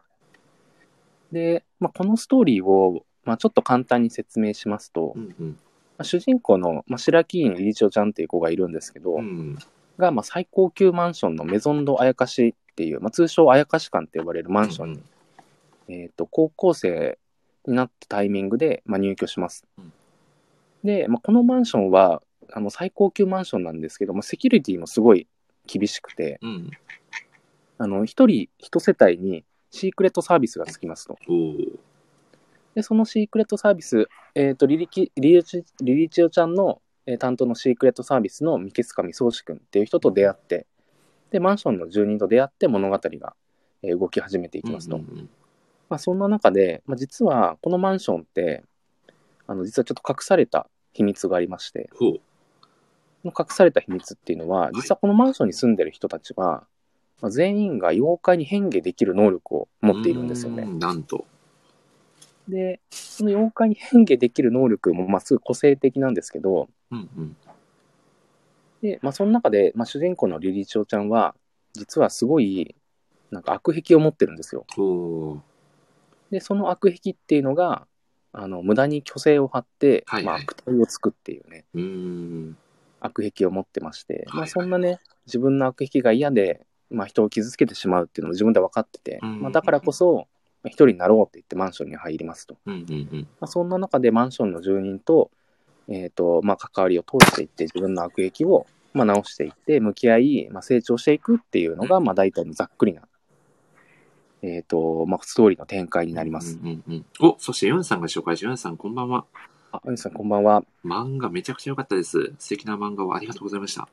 [SPEAKER 2] で、まあ、このストーリーを、まあ、ちょっと簡単に説明しますと、
[SPEAKER 1] うんうん。
[SPEAKER 2] まあ主人公の、まあ、白木院理事長ちゃんっていう子がいるんですけど、
[SPEAKER 1] うん。
[SPEAKER 2] が、まあ、最高級マンションのメゾンドあやかしっていう、まあ、通称あやかし館って呼ばれるマンションに、えっと高校生になったタイミングで、まあ、入居します。
[SPEAKER 1] うん
[SPEAKER 2] で、まあ、このマンションはあの最高級マンションなんですけど、まあ、セキュリティもすごい厳しくて、
[SPEAKER 1] うん。
[SPEAKER 2] あの一人一世帯にシークレットサービスがつきますと。
[SPEAKER 1] おー
[SPEAKER 2] で、そのシークレットサービス、えっ、と、リリキ、リリチ、リリチオちゃんの、えー担当のシークレットサービスの三毛塚美宗志くんっていう人と出会って、で、マンションの住人と出会って物語が、えー動き始めていきますと。
[SPEAKER 1] うんうんうん
[SPEAKER 2] まあ、そんな中で、まあ、実はこのマンションって、あの、実はちょっと隠された秘密がありまして、
[SPEAKER 1] ほう。
[SPEAKER 2] この隠された秘密っていうのは、実はこのマンションに住んでる人たちは、まあ、全員が妖怪に変化できる能力を持っているんですよね。
[SPEAKER 1] うーんなんと。
[SPEAKER 2] で、その妖怪に変化できる能力も、まあ、すごい個性的なんですけど、
[SPEAKER 1] うんうん。
[SPEAKER 2] で、まあ、その中で、まあ、主人公のリリーチョウちゃんは、実はすごい、なんか悪癖を持ってるんですよ。
[SPEAKER 1] おー
[SPEAKER 2] で、その悪癖っていうのが、あの、無駄に虚勢を張って、
[SPEAKER 1] はいはい
[SPEAKER 2] まあ、悪態をつくっていうね、
[SPEAKER 1] うーん。
[SPEAKER 2] 悪癖を持ってまし
[SPEAKER 1] は
[SPEAKER 2] て、
[SPEAKER 1] い
[SPEAKER 2] ま
[SPEAKER 1] は
[SPEAKER 2] あ、
[SPEAKER 1] い
[SPEAKER 2] そんなね、自分の悪癖が嫌で、まあ、人を傷つけてしまうっていうのも自分で分かってて、
[SPEAKER 1] うん
[SPEAKER 2] まあ、だからこそ、まあ一人になろうって言ってマンションに入りますと。
[SPEAKER 1] うんうんうん。
[SPEAKER 2] まあ、そんな中でマンションの住人と,、えーとまあ、関わりを通していって自分の悪役を、まあ、直していって向き合い、まあ、成長していくっていうのが、まあ、大体のざっくりな、えーとまあ、ストーリーの展開になります。
[SPEAKER 1] うんうんうん。お、そしてヨンさんが紹介し、ヨンさんこんばんは。
[SPEAKER 2] あ、ヨネさんこんばんは。
[SPEAKER 1] 漫画めちゃくちゃ良かったです。素敵な漫画をありがとうございました。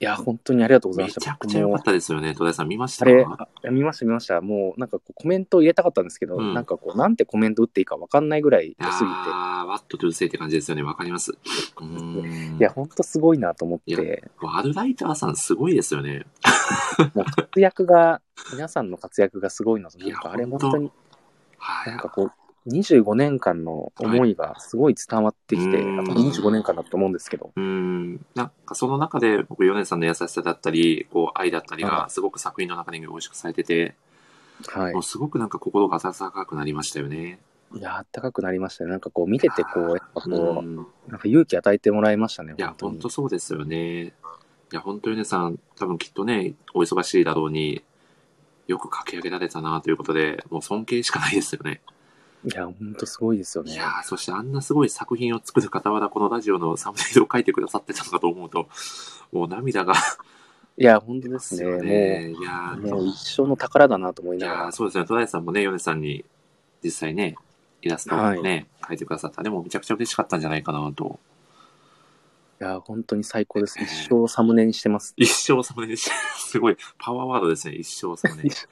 [SPEAKER 2] いや、本当にありがとうござい
[SPEAKER 1] め
[SPEAKER 2] ました。
[SPEAKER 1] ちゃくちゃ良か
[SPEAKER 2] 僕
[SPEAKER 1] っ
[SPEAKER 2] も
[SPEAKER 1] たですよね。戸田さん見ました
[SPEAKER 2] あれ、あ見ました見ました。もうなんかこうコメントを入れたかったんですけど、
[SPEAKER 1] うん
[SPEAKER 2] なんかこう、なんてコメント打っていいかわかんないぐらい良すぎて、
[SPEAKER 1] ああ、ワットトゥーセイって感じですよね。わかります。うーん。
[SPEAKER 2] いや、本当すごいなと思っ
[SPEAKER 1] いや
[SPEAKER 2] て、
[SPEAKER 1] ワールライターさんすごいですよね。
[SPEAKER 2] もう活躍が、皆さんの活躍がすごいなと、
[SPEAKER 1] い
[SPEAKER 2] な
[SPEAKER 1] や
[SPEAKER 2] んかあれ
[SPEAKER 1] 本
[SPEAKER 2] 本
[SPEAKER 1] 当
[SPEAKER 2] 当に、
[SPEAKER 1] はい。
[SPEAKER 2] なんかこう、25年間の思いがすごい伝わってきて、
[SPEAKER 1] うん
[SPEAKER 2] やっぱ25年間だと思うんですけど、
[SPEAKER 1] うーんなんかその中で僕米さんの優しさだったりこう愛だったりがすごく作品の中に凝縮されてて、
[SPEAKER 2] はい
[SPEAKER 1] もう。すごくなんか心が温かくなりましたよね。
[SPEAKER 2] いや、あったかくなりましたね。なんかこう、見ててこう、やっぱ
[SPEAKER 1] う
[SPEAKER 2] こ
[SPEAKER 1] ん、
[SPEAKER 2] う、なんか勇気与えてもらいましたね、
[SPEAKER 1] いや本
[SPEAKER 2] 本当
[SPEAKER 1] 当
[SPEAKER 2] に。
[SPEAKER 1] そうですよね。いや本当米さん多分きっとねお忙しいだろうによく駆け上げられたなということでもう尊敬しかないですよね。
[SPEAKER 2] いや、本当すごいですよ
[SPEAKER 1] い
[SPEAKER 2] ね。
[SPEAKER 1] やーそしてあんなすごい作品を作る傍らこのラジオのサムネイルを書いてくださってたのかと思うともう涙が
[SPEAKER 2] いや、本当で
[SPEAKER 1] ですす
[SPEAKER 2] ね。
[SPEAKER 1] よ
[SPEAKER 2] もう
[SPEAKER 1] ね。いやー
[SPEAKER 2] もう一生の宝だなと思い
[SPEAKER 1] い
[SPEAKER 2] なが
[SPEAKER 1] や
[SPEAKER 2] ら
[SPEAKER 1] ー、そうですね、戸田さんもね、米さんに実際ね、イラストをね、描いてくださった。でも、めちゃくちゃ嬉しかったんじゃないかなと。
[SPEAKER 2] いやー、本当に最高です。
[SPEAKER 1] ええ
[SPEAKER 2] 一生サムネにしてます。
[SPEAKER 1] 一生サムネでした。 すごい、パワーワードですね、一生サムネ
[SPEAKER 2] 一。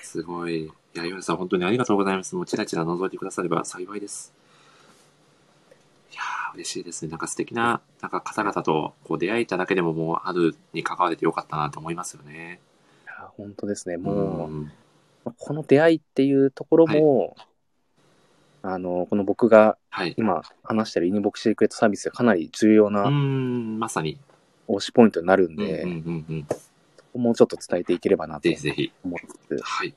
[SPEAKER 2] 生
[SPEAKER 1] すごい。いや、米さん、本当にありがとうございます。もう、チラチラ覗いてくだされば幸いです。いやー、嬉しいですね。なんか素敵な、なんか方々とこう出会えただけでも、もう、あるに関われてよかったなと思いますよね。
[SPEAKER 2] いやー本当ですね。もう、
[SPEAKER 1] ん。
[SPEAKER 2] この出会いっていうところも、あの、この僕が
[SPEAKER 1] はい。
[SPEAKER 2] 今話してるイニボックスシークレットサービスがかなり重要
[SPEAKER 1] うー、
[SPEAKER 2] なん
[SPEAKER 1] まさに。
[SPEAKER 2] 推しポイントになるん
[SPEAKER 1] うんうん
[SPEAKER 2] で、
[SPEAKER 1] うんうん。
[SPEAKER 2] もうちょっと伝えていければなと
[SPEAKER 1] ぜひぜひ。
[SPEAKER 2] 思いつつ、
[SPEAKER 1] はい。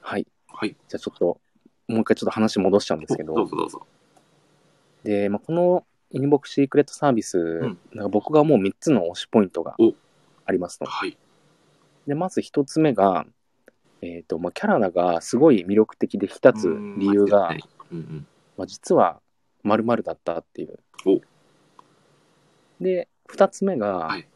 [SPEAKER 2] はい。
[SPEAKER 1] はい。
[SPEAKER 2] じゃあちょっと、もう一回ちょっと話戻しちゃうんですけ
[SPEAKER 1] おどう
[SPEAKER 2] ど、
[SPEAKER 1] ぞどうぞ。
[SPEAKER 2] で、まあ、このイニボックスシークレットサービス、
[SPEAKER 1] ん
[SPEAKER 2] なんか僕がもう3つの推しポイントが
[SPEAKER 1] お
[SPEAKER 2] ありますので
[SPEAKER 1] はい。
[SPEAKER 2] で、まず一つ目が、えっ、と、まあ、キャラがすごい魅力的で引き立つ理由が、
[SPEAKER 1] うんうん、
[SPEAKER 2] まあ、実は〇〇だったっていう
[SPEAKER 1] お。
[SPEAKER 2] で、二つ目が、
[SPEAKER 1] はい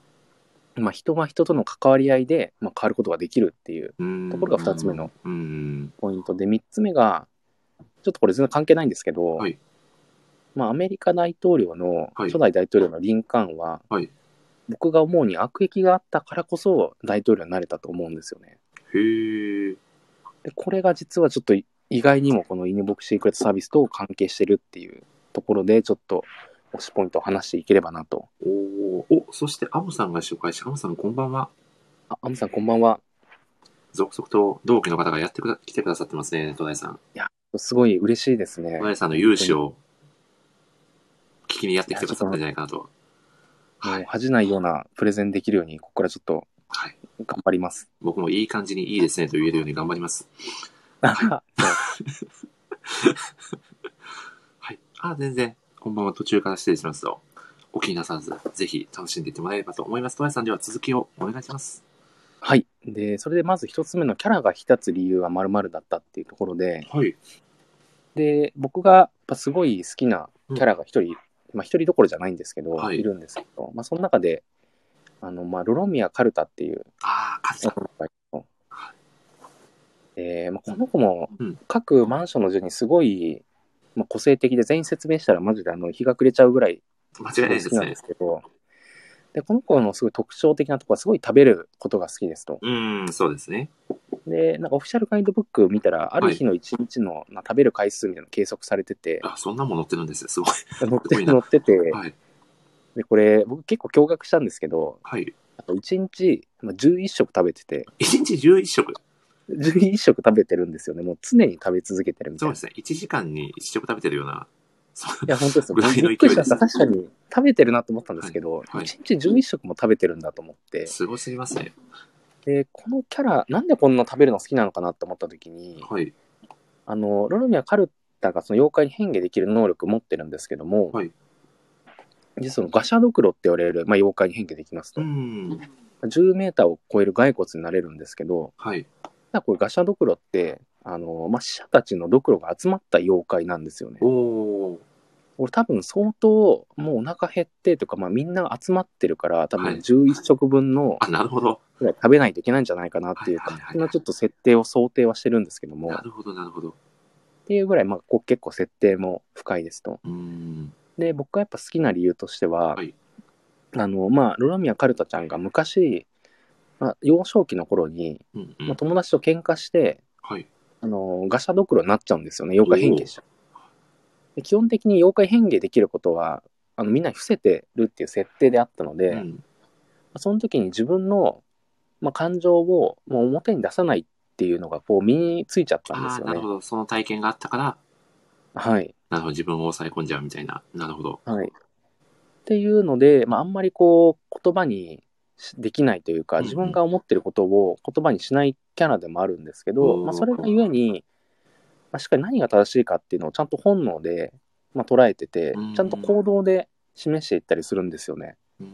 [SPEAKER 2] まあ、人は人との関わり合いで、まあ、変わることができるっていう
[SPEAKER 1] うん
[SPEAKER 2] ところが二つ目の
[SPEAKER 1] うん
[SPEAKER 2] ポイントで、三つ目が、ちょっとこれ全然関係ないんですけど、
[SPEAKER 1] はい
[SPEAKER 2] まあ、アメリカ大統領の、
[SPEAKER 1] はい
[SPEAKER 2] 初代大統領のリンカーンは、
[SPEAKER 1] はい
[SPEAKER 2] 僕が思うに悪役があったからこそ大統領になれたと思うんですよね。
[SPEAKER 1] へえ
[SPEAKER 2] でこれが実はちょっと意外にもこのイニボックスシークレットサービスと関係してるっていうところでちょっと推しポイントを話していければなと。
[SPEAKER 1] おーおそしてアムさんが紹介してアムさんこんばんは
[SPEAKER 2] あ、アムさんこんばんは。
[SPEAKER 1] 続々と同期の方がやってくだ来てくださってますね戸田井さん
[SPEAKER 2] すごい嬉しいですね
[SPEAKER 1] 戸。田井さんの勇姿を聞きにやってきてくださったんじゃないかなと
[SPEAKER 2] も
[SPEAKER 1] は
[SPEAKER 2] う
[SPEAKER 1] い、
[SPEAKER 2] 恥じないようなプレゼンできるように、ここからちょっと
[SPEAKER 1] はい、
[SPEAKER 2] 頑張ります。
[SPEAKER 1] 僕もいい感じにいいですねと言えるように頑張ります
[SPEAKER 2] あ
[SPEAKER 1] はいあ全然こんばんは途中から失礼しますとお気になさらずぜひ楽しんでいってもらえればと思います戸田井さんでは続きをお願いします
[SPEAKER 2] はい。で、それでまず一つ目のキャラが引き立つ理由は〇〇だったっていうところで、
[SPEAKER 1] はい
[SPEAKER 2] で、僕がやっぱすごい好きなキャラが一人、まあ一人どころじゃないんですけど、
[SPEAKER 1] はい
[SPEAKER 2] い、るんですけど、まあその中で、あの、まあロロミア・カルタっていう
[SPEAKER 1] ああカルタ
[SPEAKER 2] えーまあ、この子も
[SPEAKER 1] うん
[SPEAKER 2] 各マンションの順にすごい、まあ、個性的で全員説明したらマジであの日が暮れちゃうぐらい
[SPEAKER 1] 間違
[SPEAKER 2] す
[SPEAKER 1] い
[SPEAKER 2] ご
[SPEAKER 1] ないいで
[SPEAKER 2] 好
[SPEAKER 1] す
[SPEAKER 2] きなん
[SPEAKER 1] ね
[SPEAKER 2] ですけどでこの子のすごい特徴的なところはすごい食べることが好きですと
[SPEAKER 1] うんそうですね
[SPEAKER 2] でなんかオフィシャルガイドブック見たらある日の一日の、まあ食べる回数みたいなの計測されてて
[SPEAKER 1] あ、そんなもん載ってるんですよ。すごい。す
[SPEAKER 2] 載っ
[SPEAKER 1] ご
[SPEAKER 2] て
[SPEAKER 1] いな
[SPEAKER 2] 載ってて
[SPEAKER 1] はい。
[SPEAKER 2] でこれ僕結構驚愕したんですけど
[SPEAKER 1] はい。
[SPEAKER 2] あと1日、まあ、11食食べてて
[SPEAKER 1] 1日11食。
[SPEAKER 2] 11食食べてるんですよねもう常に食べ続けてるみた
[SPEAKER 1] そ
[SPEAKER 2] いうな
[SPEAKER 1] ですね。1時間に1食食べてるような。そう
[SPEAKER 2] いや、本当です よ。
[SPEAKER 1] ぐらいの勢いです
[SPEAKER 2] びっくりしたんです確かに食べてるなと思ったんですけど、
[SPEAKER 1] はい
[SPEAKER 2] 1日11食も食べてるんだと思って、
[SPEAKER 1] すごすぎますね。
[SPEAKER 2] で、このキャラ、なんでこんな食べるの好きなのかなって思った時に、
[SPEAKER 1] はい。
[SPEAKER 2] あの、ロロミア・カルタがその妖怪に変化できる能力を持ってるんですけども、
[SPEAKER 1] はい
[SPEAKER 2] でそのガシャドクロって言われる、まあ、妖怪に変化できます
[SPEAKER 1] う
[SPEAKER 2] と、
[SPEAKER 1] ん。
[SPEAKER 2] 10メーターを超える骸骨になれるんですけど、
[SPEAKER 1] はい。
[SPEAKER 2] ただこれガシャドクロって、あの、まあ、死者たちのドクロが集まった妖怪なんですよね。
[SPEAKER 1] おー。
[SPEAKER 2] 俺多分相当もうお腹減ってとか、まあ、みんな集まってるから多
[SPEAKER 1] はい
[SPEAKER 2] 分11食分の
[SPEAKER 1] あ、なるほど。
[SPEAKER 2] ぐらい食べないといけないんじゃないかなっていう
[SPEAKER 1] はいはいはい
[SPEAKER 2] 勝手なちょっと設定を想定はしてるんですけども
[SPEAKER 1] な
[SPEAKER 2] っ
[SPEAKER 1] るほど、なるほど。
[SPEAKER 2] ていうぐらいまあこう結構設定も深いですと
[SPEAKER 1] うん。
[SPEAKER 2] で、僕がやっぱ好きな理由としては、
[SPEAKER 1] はい
[SPEAKER 2] あの、まあ、ロロミア・カルタちゃんが昔、まあ、幼少期の頃に、
[SPEAKER 1] うんう
[SPEAKER 2] まあ、
[SPEAKER 1] ん。
[SPEAKER 2] 友達と喧嘩して、
[SPEAKER 1] はい。
[SPEAKER 2] あの、ガシャドクロになっちゃうんですよね、妖怪変形しちゃう。で基本的に妖怪変形できることは、あのみんなに伏せてるっていう設定であったので、
[SPEAKER 1] う
[SPEAKER 2] ま
[SPEAKER 1] ん。
[SPEAKER 2] あその時に自分の、まあ、感情をもう表に出さないっていうのがこう身についちゃったんで
[SPEAKER 1] あ
[SPEAKER 2] す
[SPEAKER 1] あ、
[SPEAKER 2] よ
[SPEAKER 1] なる
[SPEAKER 2] ね
[SPEAKER 1] ほ。ど。その体験があったから、
[SPEAKER 2] はい。
[SPEAKER 1] なるほど。自分を抑え込んじゃうみたいな。なるほど。
[SPEAKER 2] はい。っていうので、まあ、あんまりこう、言葉にしできないという
[SPEAKER 1] う
[SPEAKER 2] か、
[SPEAKER 1] んうん
[SPEAKER 2] 自分が思ってることを言葉にしないキャラでもあるんですけ
[SPEAKER 1] う
[SPEAKER 2] ど、
[SPEAKER 1] ん
[SPEAKER 2] まあ、それがゆえに、まあ、しっかり何が正しいかっていうのをちゃんと本能で、まあ、捉えてて
[SPEAKER 1] うんうん、
[SPEAKER 2] ちゃんと行動で示していったりするんですよね。
[SPEAKER 1] うーん。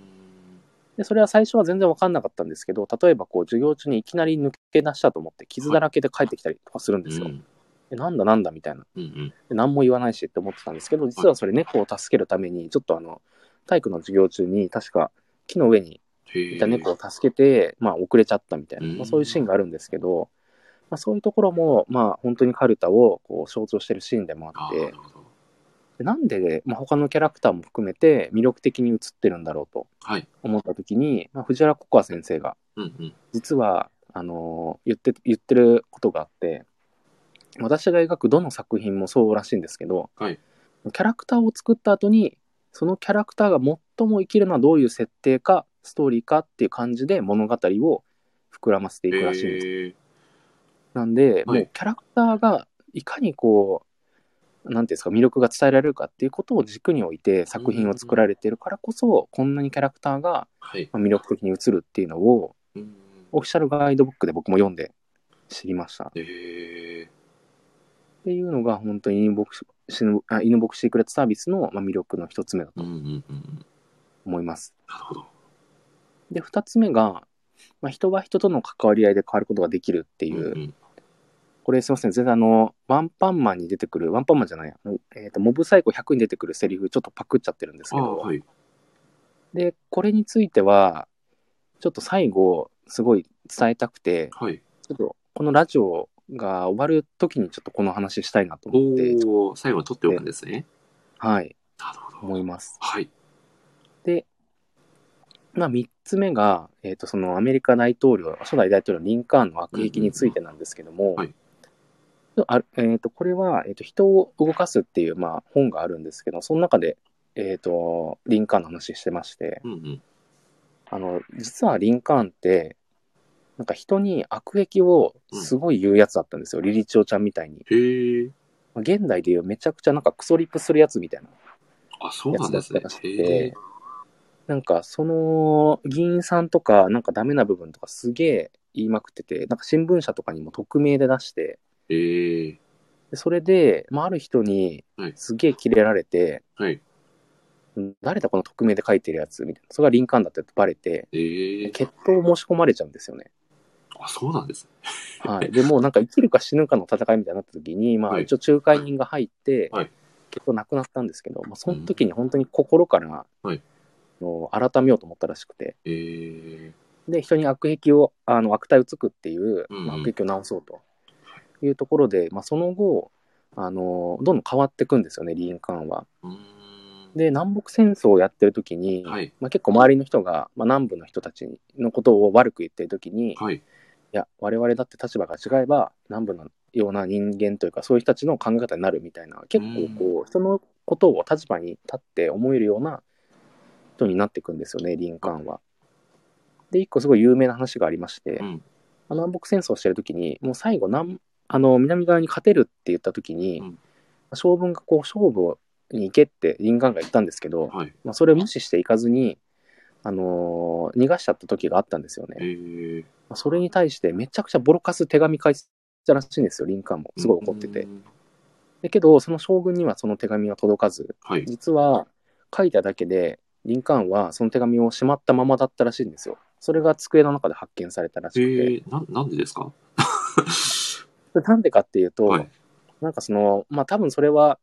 [SPEAKER 2] で、それは最初は全然わかんなかったんですけど、例えばこう、授業中にいきなり抜け出したと思って、傷だらけで帰ってきたりとかするんですよ。
[SPEAKER 1] うん
[SPEAKER 2] でなんだなんだみたいな。
[SPEAKER 1] うんうん。
[SPEAKER 2] で何も言わないしって思ってたんですけど、実はそれ猫を助けるために、ちょっとあの、体育の授業中に確か木の上に
[SPEAKER 1] へえ。
[SPEAKER 2] いた猫を助けて、まあ遅れちゃったみたいな、
[SPEAKER 1] うん
[SPEAKER 2] まあ、そういうシーンがあるんですけど、まあそういうところも、まあ本当にカルタをこう象徴してるシーンでもあ
[SPEAKER 1] あ
[SPEAKER 2] っ
[SPEAKER 1] あ、な
[SPEAKER 2] て
[SPEAKER 1] る、ほど。
[SPEAKER 2] でなんで、まあ、他のキャラクターも含めて魅力的に映ってるんだろうと
[SPEAKER 1] はい。
[SPEAKER 2] 思った時に、まあ、藤原ココア先生が
[SPEAKER 1] うんうん。
[SPEAKER 2] 実はあの言って言ってることがあって私が描くどの作品もそうらしいんですけど、
[SPEAKER 1] はい
[SPEAKER 2] キャラクターを作った後にそのキャラクターが最も生きるのはどういう設定かストーリーかっていう感じで物語を膨らませていくらしいんです、
[SPEAKER 1] へえ。
[SPEAKER 2] なんで、
[SPEAKER 1] はい
[SPEAKER 2] もうキャラクターがいかにこうなんていうんですか魅力が伝えられるかっていうことを軸に置いて作品を作られてるからこそこんなにキャラクターが
[SPEAKER 1] はい。
[SPEAKER 2] まあ魅力的に映るっていうのを
[SPEAKER 1] うん
[SPEAKER 2] オフィシャルガイドブックで僕も読んで知りました。っ
[SPEAKER 1] へえ。
[SPEAKER 2] ていうのが本当に犬ボクシあ犬ボクシークレットサービスのまあ魅力の一つ目だ
[SPEAKER 1] う
[SPEAKER 2] と
[SPEAKER 1] んうんうん。
[SPEAKER 2] 思います。
[SPEAKER 1] なるほど。
[SPEAKER 2] で、二つ目が、まあ、人は人との関わり合いで変わることができるっていう、
[SPEAKER 1] うんうん
[SPEAKER 2] これすいません、全然あの、ワンパンマンに出てくる、ワンパンマンじゃないや、あのえー、とモブサイコ100に出てくるセリフちょっとパクっちゃってるんです
[SPEAKER 1] あ
[SPEAKER 2] け
[SPEAKER 1] あ、
[SPEAKER 2] ど、
[SPEAKER 1] はい。
[SPEAKER 2] で、これについては、ちょっと最後、すごい伝えたくて、
[SPEAKER 1] はい。
[SPEAKER 2] ちょっとこのラジオが終わる時にちょっとこの話したいなと思って、
[SPEAKER 1] おお、最後に取っておくんですね。
[SPEAKER 2] はい、
[SPEAKER 1] なるほど。
[SPEAKER 2] 思います。
[SPEAKER 1] はい。
[SPEAKER 2] まあ、3つ目が、えー、とそのアメリカ大統領、初代大統領リンカーンの悪役についてなんですけども、
[SPEAKER 1] はい
[SPEAKER 2] あえー、とこれは、えーと「人を動かす」っていう、まあ、本があるんですけど、その中で、えー、とリンカーンの話してまして、
[SPEAKER 1] うんうん。
[SPEAKER 2] あの実はリンカーンって、なんか人に悪役をすごい言うやつだったんですよ、リリチョウちゃんみたいに。
[SPEAKER 1] へえ。
[SPEAKER 2] まあ現代でいうめちゃくちゃなんかクソリップするやつみたいな。
[SPEAKER 1] あ、そうなんですね
[SPEAKER 2] やつだったらし。くて
[SPEAKER 1] へえ。
[SPEAKER 2] なんかその議員さんとかなんかダメな部分とかすげえ言いまくっててなんか新聞社とかにも匿名で出して
[SPEAKER 1] へえ。
[SPEAKER 2] でそれで、まあ、ある人に
[SPEAKER 1] はい
[SPEAKER 2] すげえキレられて、
[SPEAKER 1] はい。
[SPEAKER 2] 誰だこの匿名で書いてるやつみたいなそれがリンカーンだってバレて
[SPEAKER 1] へえ。
[SPEAKER 2] 決闘を申し込まれちゃうんですよね。
[SPEAKER 1] あ、そうなんですね。
[SPEAKER 2] はい、でもうなんか生きるか死ぬかの戦いみたいになった時に、ま
[SPEAKER 1] は
[SPEAKER 2] あ、
[SPEAKER 1] い
[SPEAKER 2] 一応仲介人が入って、
[SPEAKER 1] はい
[SPEAKER 2] 結構亡くなったんですけど、まあ、その時に本当に心から、
[SPEAKER 1] はい
[SPEAKER 2] あの改めようと思ったらしくて。
[SPEAKER 1] へえ。
[SPEAKER 2] で人に悪癖をあの悪態をつくっていう、
[SPEAKER 1] うんうん
[SPEAKER 2] まあ悪癖を直そうというところで、まあ、その後あのどんどん変わっていくんですよねリンカーンは。
[SPEAKER 1] うーん。
[SPEAKER 2] で南北戦争をやってる時に、
[SPEAKER 1] はい。
[SPEAKER 2] まあ、結構周りの人が、まあ、南部の人たちのことを悪く言ってる時に、い、
[SPEAKER 1] はい。
[SPEAKER 2] や我々だって立場が違えば南部のような人間というかそういう人たちの考え方になるみたいな結構こう人のことを立場に立って思えるような人になっていくんですよねリンカーンは。で一個すごい有名な話がありまして、
[SPEAKER 1] うん。
[SPEAKER 2] あの南北戦争をしてる時にもう最後南あの南側に勝てるって言った時に、
[SPEAKER 1] うん
[SPEAKER 2] 将軍がこう勝負に行けってリンカーンが言ったんですけど、
[SPEAKER 1] はい。
[SPEAKER 2] まあ、それを無視していかずに、あのー逃がしちゃった時があったんですよね。
[SPEAKER 1] へえ。
[SPEAKER 2] まあそれに対してめちゃくちゃボロカス手紙書いてたらしいんですよリンカーンも すごい怒ってて。
[SPEAKER 1] うーん。
[SPEAKER 2] だけどその将軍にはその手紙は届かず
[SPEAKER 1] はい。
[SPEAKER 2] 実は書いただけでリンカーンはその手紙をしまったままだったらしいんですよ。それが机の中で発見されたらしくて。
[SPEAKER 1] へえ。な、なんでですか
[SPEAKER 2] それなんでかっていうと、
[SPEAKER 1] はい
[SPEAKER 2] なんかその、まあ多分それは、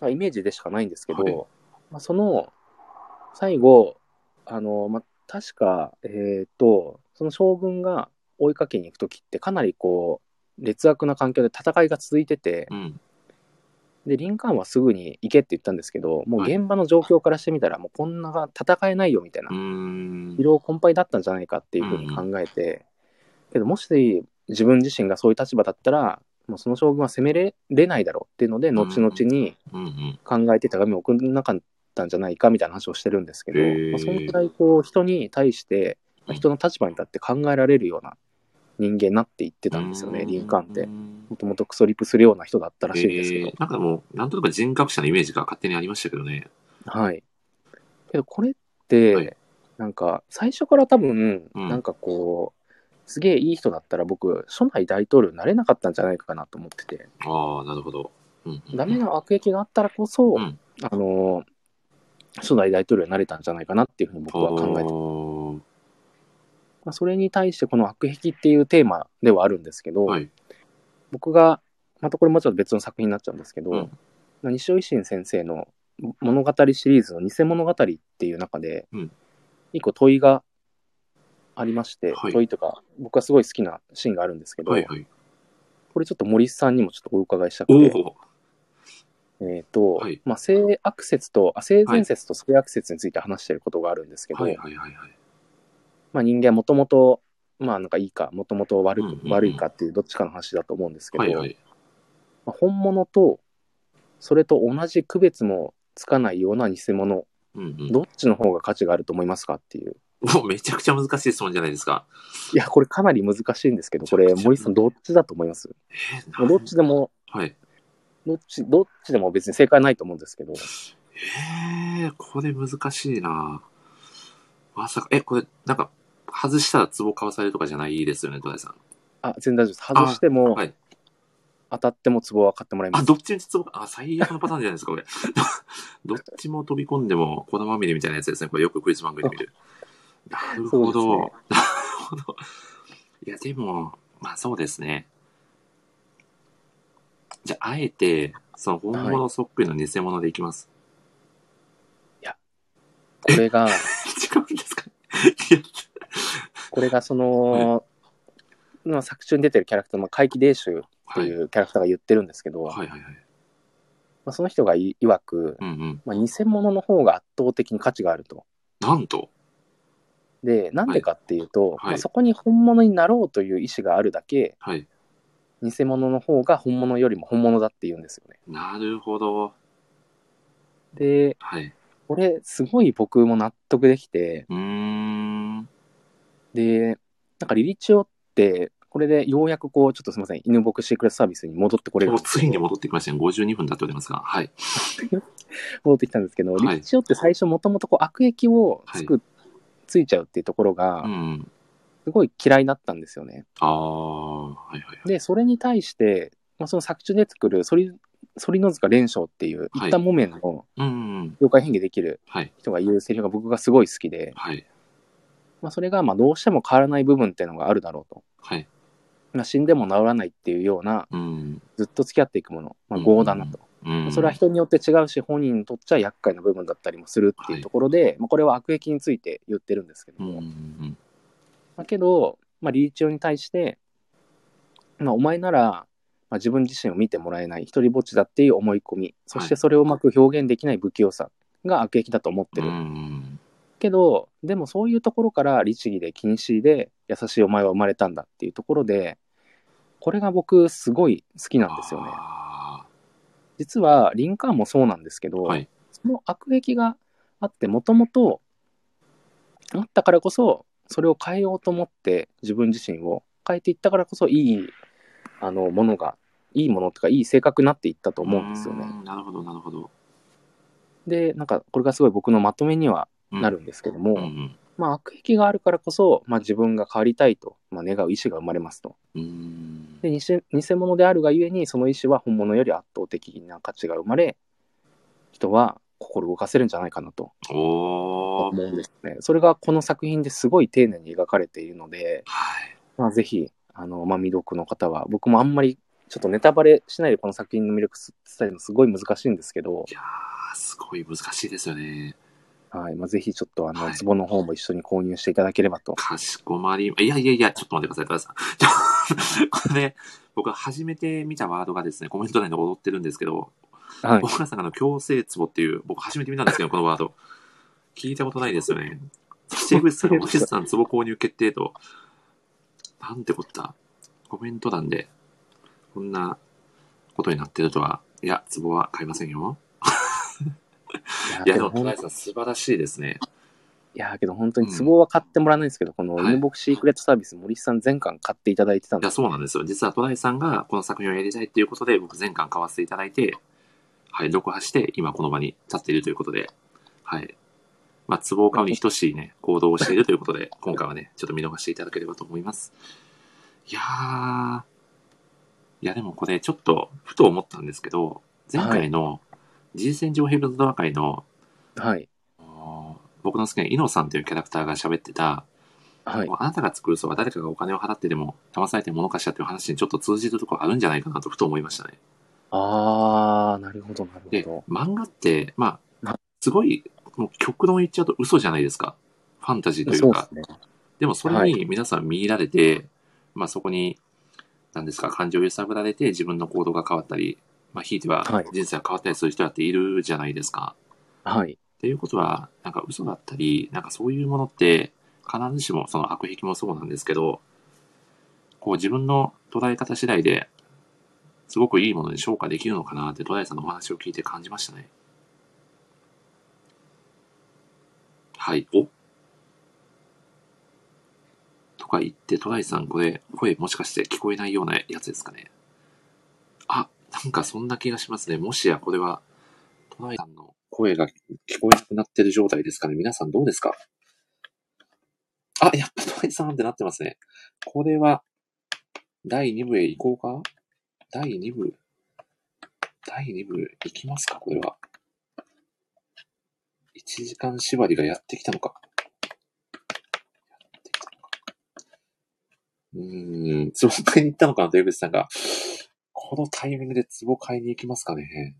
[SPEAKER 2] まあ、イメージでしかないんですけど、
[SPEAKER 1] はい
[SPEAKER 2] まあ、その、最後、あの、まあ確か、えっ、と、その将軍が追いかけに行くときって、かなりこう、劣悪な環境で戦いが続いてて、
[SPEAKER 1] うん。
[SPEAKER 2] で、リンカーンはすぐに行けって言ったんですけど、もう現場の状況からしてみたら、もうこんなが戦えないよみたいな
[SPEAKER 1] うー、ん。
[SPEAKER 2] 疲労困憊だったんじゃないかっていうふうに考えて、けどもし自分自身がそういう立場だったら、もうその将軍は攻めれれないだろうっていうので、
[SPEAKER 1] ん
[SPEAKER 2] 後々に
[SPEAKER 1] うんうん。
[SPEAKER 2] 考えて手紙を送んなかったんじゃないかみたいな話をしてるんですけど、
[SPEAKER 1] へー
[SPEAKER 2] まあ、そのくらいこう人に対して、まあ人の立場に立って考えられるような人間になっていってたんですよね、リンカーンって。もともとクソリプするような人だったらしいんですけど
[SPEAKER 1] えー。なんかもう、なんとなく人格者のイメージが勝手にありましたけどね。
[SPEAKER 2] はい。けどこれって、
[SPEAKER 1] はい
[SPEAKER 2] なんか最初から多分、
[SPEAKER 1] うん
[SPEAKER 2] なんかこう、すげえいい人だったら僕、初代大統領になれなかったんじゃないかなと思ってて、
[SPEAKER 1] ああ、なるほど。うんうん
[SPEAKER 2] ダメな悪役があったらこそ、
[SPEAKER 1] ん
[SPEAKER 2] あの、初代大統領になれたんじゃないかなっていうふうに僕は考えて、
[SPEAKER 1] 考
[SPEAKER 2] まあ、それに対してこの悪癖っていうテーマではあるんですけど、
[SPEAKER 1] はい。
[SPEAKER 2] 僕が、またこれもちょっと別の作品になっちゃうんですけど、
[SPEAKER 1] うん
[SPEAKER 2] まあ西尾維新先生の物語シリーズの偽物語っていう中で、
[SPEAKER 1] うん
[SPEAKER 2] 一個問いがありまして、
[SPEAKER 1] はい
[SPEAKER 2] 問いとか、僕がすごい好きなシーンがあるんですけど、
[SPEAKER 1] はいはい。
[SPEAKER 2] これちょっと森さんにもちょっとお伺いしたく
[SPEAKER 1] お
[SPEAKER 2] て、
[SPEAKER 1] お
[SPEAKER 2] えっ、と、
[SPEAKER 1] はい
[SPEAKER 2] まあ、性悪説と、あ性善説と性悪説について話してることがあるんですけど、
[SPEAKER 1] はいはいはいはい。
[SPEAKER 2] まあ、人間はもともと、まあなんかいいか、もともと悪く
[SPEAKER 1] うんうんうん
[SPEAKER 2] 悪いかっていうどっちかの話だと思うんですけど、
[SPEAKER 1] はいはい。
[SPEAKER 2] まあ本物と、それと同じ区別もつかないような偽物、
[SPEAKER 1] うんうん
[SPEAKER 2] どっちの方が価値があると思いますかっていう。
[SPEAKER 1] も うめちゃくちゃ難しい質問じゃないですか。
[SPEAKER 2] いや、これかなり難しいんですけど、こ
[SPEAKER 1] めち
[SPEAKER 2] れ、
[SPEAKER 1] ゃくちゃ
[SPEAKER 2] 森さん、どっちだと思いますもうどっちでも、
[SPEAKER 1] はい。
[SPEAKER 2] どっち、どっちでも別に正解ないと思うんですけど、
[SPEAKER 1] えー、これ難しいなまさか、え、これ、なんか、外したら壺買わされるとかじゃないですよね、ドライさん。
[SPEAKER 2] あ、全然大丈夫です。外しても、
[SPEAKER 1] はい。
[SPEAKER 2] 当たっても壺は買ってもらいま
[SPEAKER 1] あ、
[SPEAKER 2] す。
[SPEAKER 1] どっちに壺、あ、最悪のパターンじゃないですか、これ。 どっちも飛び込んでも、粉まみれみたいなやつですね。これよくクイズ番組で見る。なるほ
[SPEAKER 2] そ
[SPEAKER 1] ど。
[SPEAKER 2] うで
[SPEAKER 1] な
[SPEAKER 2] す
[SPEAKER 1] るほど。いや、でも、まあそうですね。じゃあ、あえて、その本物そっくりの偽物でいきます。
[SPEAKER 2] これ が、
[SPEAKER 1] 違うんですかいや
[SPEAKER 2] これが その、まあ作中に出てるキャラクターの怪奇伝手って
[SPEAKER 1] はいい。
[SPEAKER 2] うキャラクターが言ってるんですけど、
[SPEAKER 1] はいはいはい。
[SPEAKER 2] まあ、その人がい曰く、
[SPEAKER 1] うんうん。
[SPEAKER 2] まあ、偽物の方が圧倒的に価値があると。
[SPEAKER 1] なんと。
[SPEAKER 2] で、なんでかっていう
[SPEAKER 1] は
[SPEAKER 2] と、
[SPEAKER 1] い
[SPEAKER 2] まあ、そこに本物になろうという意思があるだけ、
[SPEAKER 1] はい。
[SPEAKER 2] 偽物の方が本物よりも本物だって言うんですよね。
[SPEAKER 1] なるほど。
[SPEAKER 2] で、
[SPEAKER 1] はい。
[SPEAKER 2] これ、すごい僕も納得できて、
[SPEAKER 1] うーん。
[SPEAKER 2] で、なんかリリチオって、これでようやくこう、ちょっとすみません、犬ボクシークレスサービスに戻ってこれるん
[SPEAKER 1] もう
[SPEAKER 2] です
[SPEAKER 1] つ
[SPEAKER 2] け
[SPEAKER 1] い
[SPEAKER 2] ど
[SPEAKER 1] に戻ってきましたね。52分経っておりますが。はい。
[SPEAKER 2] 戻ってきたんですけど、
[SPEAKER 1] はい
[SPEAKER 2] リリチオって最初もともとこう悪役をつく、ついちゃうっていうところが
[SPEAKER 1] う、ん。
[SPEAKER 2] すごい嫌いだったんですよね。
[SPEAKER 1] ああ、はいはい。
[SPEAKER 2] で、それに対して、まあ、その作中で作る反り、反野塚連勝っていう、
[SPEAKER 1] はい
[SPEAKER 2] 一旦木綿の
[SPEAKER 1] うんうん。
[SPEAKER 2] 妖怪変化できる
[SPEAKER 1] はい。
[SPEAKER 2] 人が言うセリフが僕がすごい好きで、
[SPEAKER 1] はい。
[SPEAKER 2] まあ、それがまあどうしても変わらない部分っていうのがあるだろうと。
[SPEAKER 1] はい。
[SPEAKER 2] まあ、死んでも治らないっていうような、
[SPEAKER 1] うん。
[SPEAKER 2] ずっと付き合っていくもの、まあ、
[SPEAKER 1] うん
[SPEAKER 2] 業だなと。
[SPEAKER 1] うん。
[SPEAKER 2] それは人によって違うし、本人にとっちゃ厄介な部分だったりもするっていうところで、まあ、これは悪役について言ってるんですけど
[SPEAKER 1] うんう
[SPEAKER 2] も、
[SPEAKER 1] んう
[SPEAKER 2] ま
[SPEAKER 1] ん。
[SPEAKER 2] あ、けど、まあ、リーチオに対して、まあ、お前なら、まあ、自分自身を見てもらえない、一人ぼっちだっていう思い込み、そしてそれをうまく表現できない不器用さが悪役だと思って
[SPEAKER 1] うん
[SPEAKER 2] る。
[SPEAKER 1] うん。
[SPEAKER 2] けど、でもそういうところから律儀で禁止で優しいお前は生まれたんだっていうところで、これが僕すごい好きなんですよね。
[SPEAKER 1] あ
[SPEAKER 2] 実はリンカーンもそうなんですけど、
[SPEAKER 1] はい
[SPEAKER 2] その悪癖があってもともとあったからこそそれを変えようと思って自分自身を変えていったからこそいいあのものがいいものとかいい性格になっていったと
[SPEAKER 1] ー
[SPEAKER 2] 思うんですよね。
[SPEAKER 1] う。んなるほど、なるほど。
[SPEAKER 2] でなんかこれがすごい僕のまとめには
[SPEAKER 1] うん
[SPEAKER 2] なる。んですけども、
[SPEAKER 1] うんうん。
[SPEAKER 2] まあ、悪癖があるからこそ、まあ、自分が変わりたいと、まあ、願う意志が生まれますと。
[SPEAKER 1] うん。
[SPEAKER 2] で偽偽物であるがゆえにその意思は本物より圧倒的な価値が生まれ人は心動かせるんじゃないかなと
[SPEAKER 1] お
[SPEAKER 2] 思
[SPEAKER 1] ー。
[SPEAKER 2] うんですね。それがこの作品ですごい丁寧に描かれているので、
[SPEAKER 1] はい。
[SPEAKER 2] まあ、ぜひあの、まあ、未読の方は僕もあんまりちょっとネタバレしないでこの作品の魅力伝えるのすごい難しいんですけど
[SPEAKER 1] い、やー、すごい難しいですよね。
[SPEAKER 2] はいまあ、ぜひちょっとあの、
[SPEAKER 1] はい
[SPEAKER 2] 壺の方も一緒に購入していただければと。
[SPEAKER 1] かしこまり、いやいやいや、ちょっと待ってください、ドライさん。 ちょこれね、僕初めて見たワードがですね、コメント欄で踊ってるんですけど、
[SPEAKER 2] はい
[SPEAKER 1] 大。原さんがあの強制ツボっていう、僕初めて見たんですけど、このワード。聞いたことないですよね。そして、江口さん、おじさん、ツボ購入決定と。なんてこった。コメント欄で、こんなことになってるとは、いや、ツボは買いませんよ。いや、でも、トライさん、素晴らしいですね。
[SPEAKER 2] いやーけど本当にツボは買ってもらわないんですけど、こ
[SPEAKER 1] は
[SPEAKER 2] の
[SPEAKER 1] い
[SPEAKER 2] 犬ボクシークレットサービス、森さん全巻買っていただいてた
[SPEAKER 1] い
[SPEAKER 2] んで
[SPEAKER 1] や、
[SPEAKER 2] す。
[SPEAKER 1] そうなんですよ。実は、トライさんがこの作品をやりたいっていうことで、僕、前巻買わせていただいて、はい、録破して、今、この場に立っているということで、はい。まあ、ツボを買うに等しいね、行動をしているということで、今回はね、ちょっと見逃していただければと思います。いやー、いや、でもこれ、ちょっと、ふと思ったんですけど、前回の、G 戦場ヘブンズドア会の、
[SPEAKER 2] はい。
[SPEAKER 1] あのー僕の好きなイノさんというキャラクターが喋ってた、
[SPEAKER 2] はい。
[SPEAKER 1] あなたが作る嘘は誰かがお金を払ってでも騙されてるものかしらという話にちょっと通じるところあるんじゃないかなとふと思いましたね。
[SPEAKER 2] あー、なるほど、なる
[SPEAKER 1] で
[SPEAKER 2] ほど、。
[SPEAKER 1] 漫画って、ま
[SPEAKER 2] は
[SPEAKER 1] あ、すごい、もう極論言っちゃうと嘘じゃないですか。ファンタジーとい
[SPEAKER 2] そううで
[SPEAKER 1] か。
[SPEAKER 2] すね。
[SPEAKER 1] でもそれに皆さん見入られて、まあそこに、何ですか、感情を揺さぶられて自分の行動が変わったり、まあひいては
[SPEAKER 2] はい
[SPEAKER 1] 人生が変わったりする人だっているじゃないですか。
[SPEAKER 2] はい。
[SPEAKER 1] っていうことは、なんか嘘だったり、なんかそういうものって、必ずしもその悪癖もそうなんですけど、こう自分の捉え方次第で、すごくいいものに昇華できるのかなって、戸田さんのお話を聞いて感じましたね。はい。おとか言って、戸田さんこれ、声もしかして聞こえないようなやつですかね。あ、なんかそんな気がしますね。もしやこれは、戸田さんの声が聞こえなくなってる状態ですかね。皆さんどうですかあ、やっぱ土井さんってなってますね。これは、第2部へ行こうか第2部。第2部行きますかこれは。1時間縛りがやってきたのか。やってきたのかうーん、壺買いに行ったのかなと、江口さんが。このタイミングで壺買いに行きますかね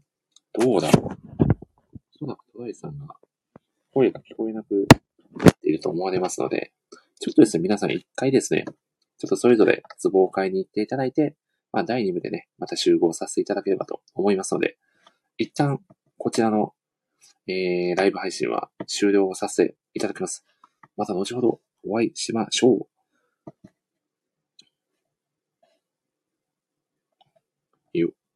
[SPEAKER 1] どうだろうおそらく戸田さんが声が聞こえなくなっていると思われますので、ちょっとですね、皆さん一回ですね、ちょっとそれぞれツボを買いに行っていただいて、まあ、第2部でね、また集合させていただければと思いますので、一旦こちらの、えー、ライブ配信は終了させていただきます。また後ほどお会いしましょう。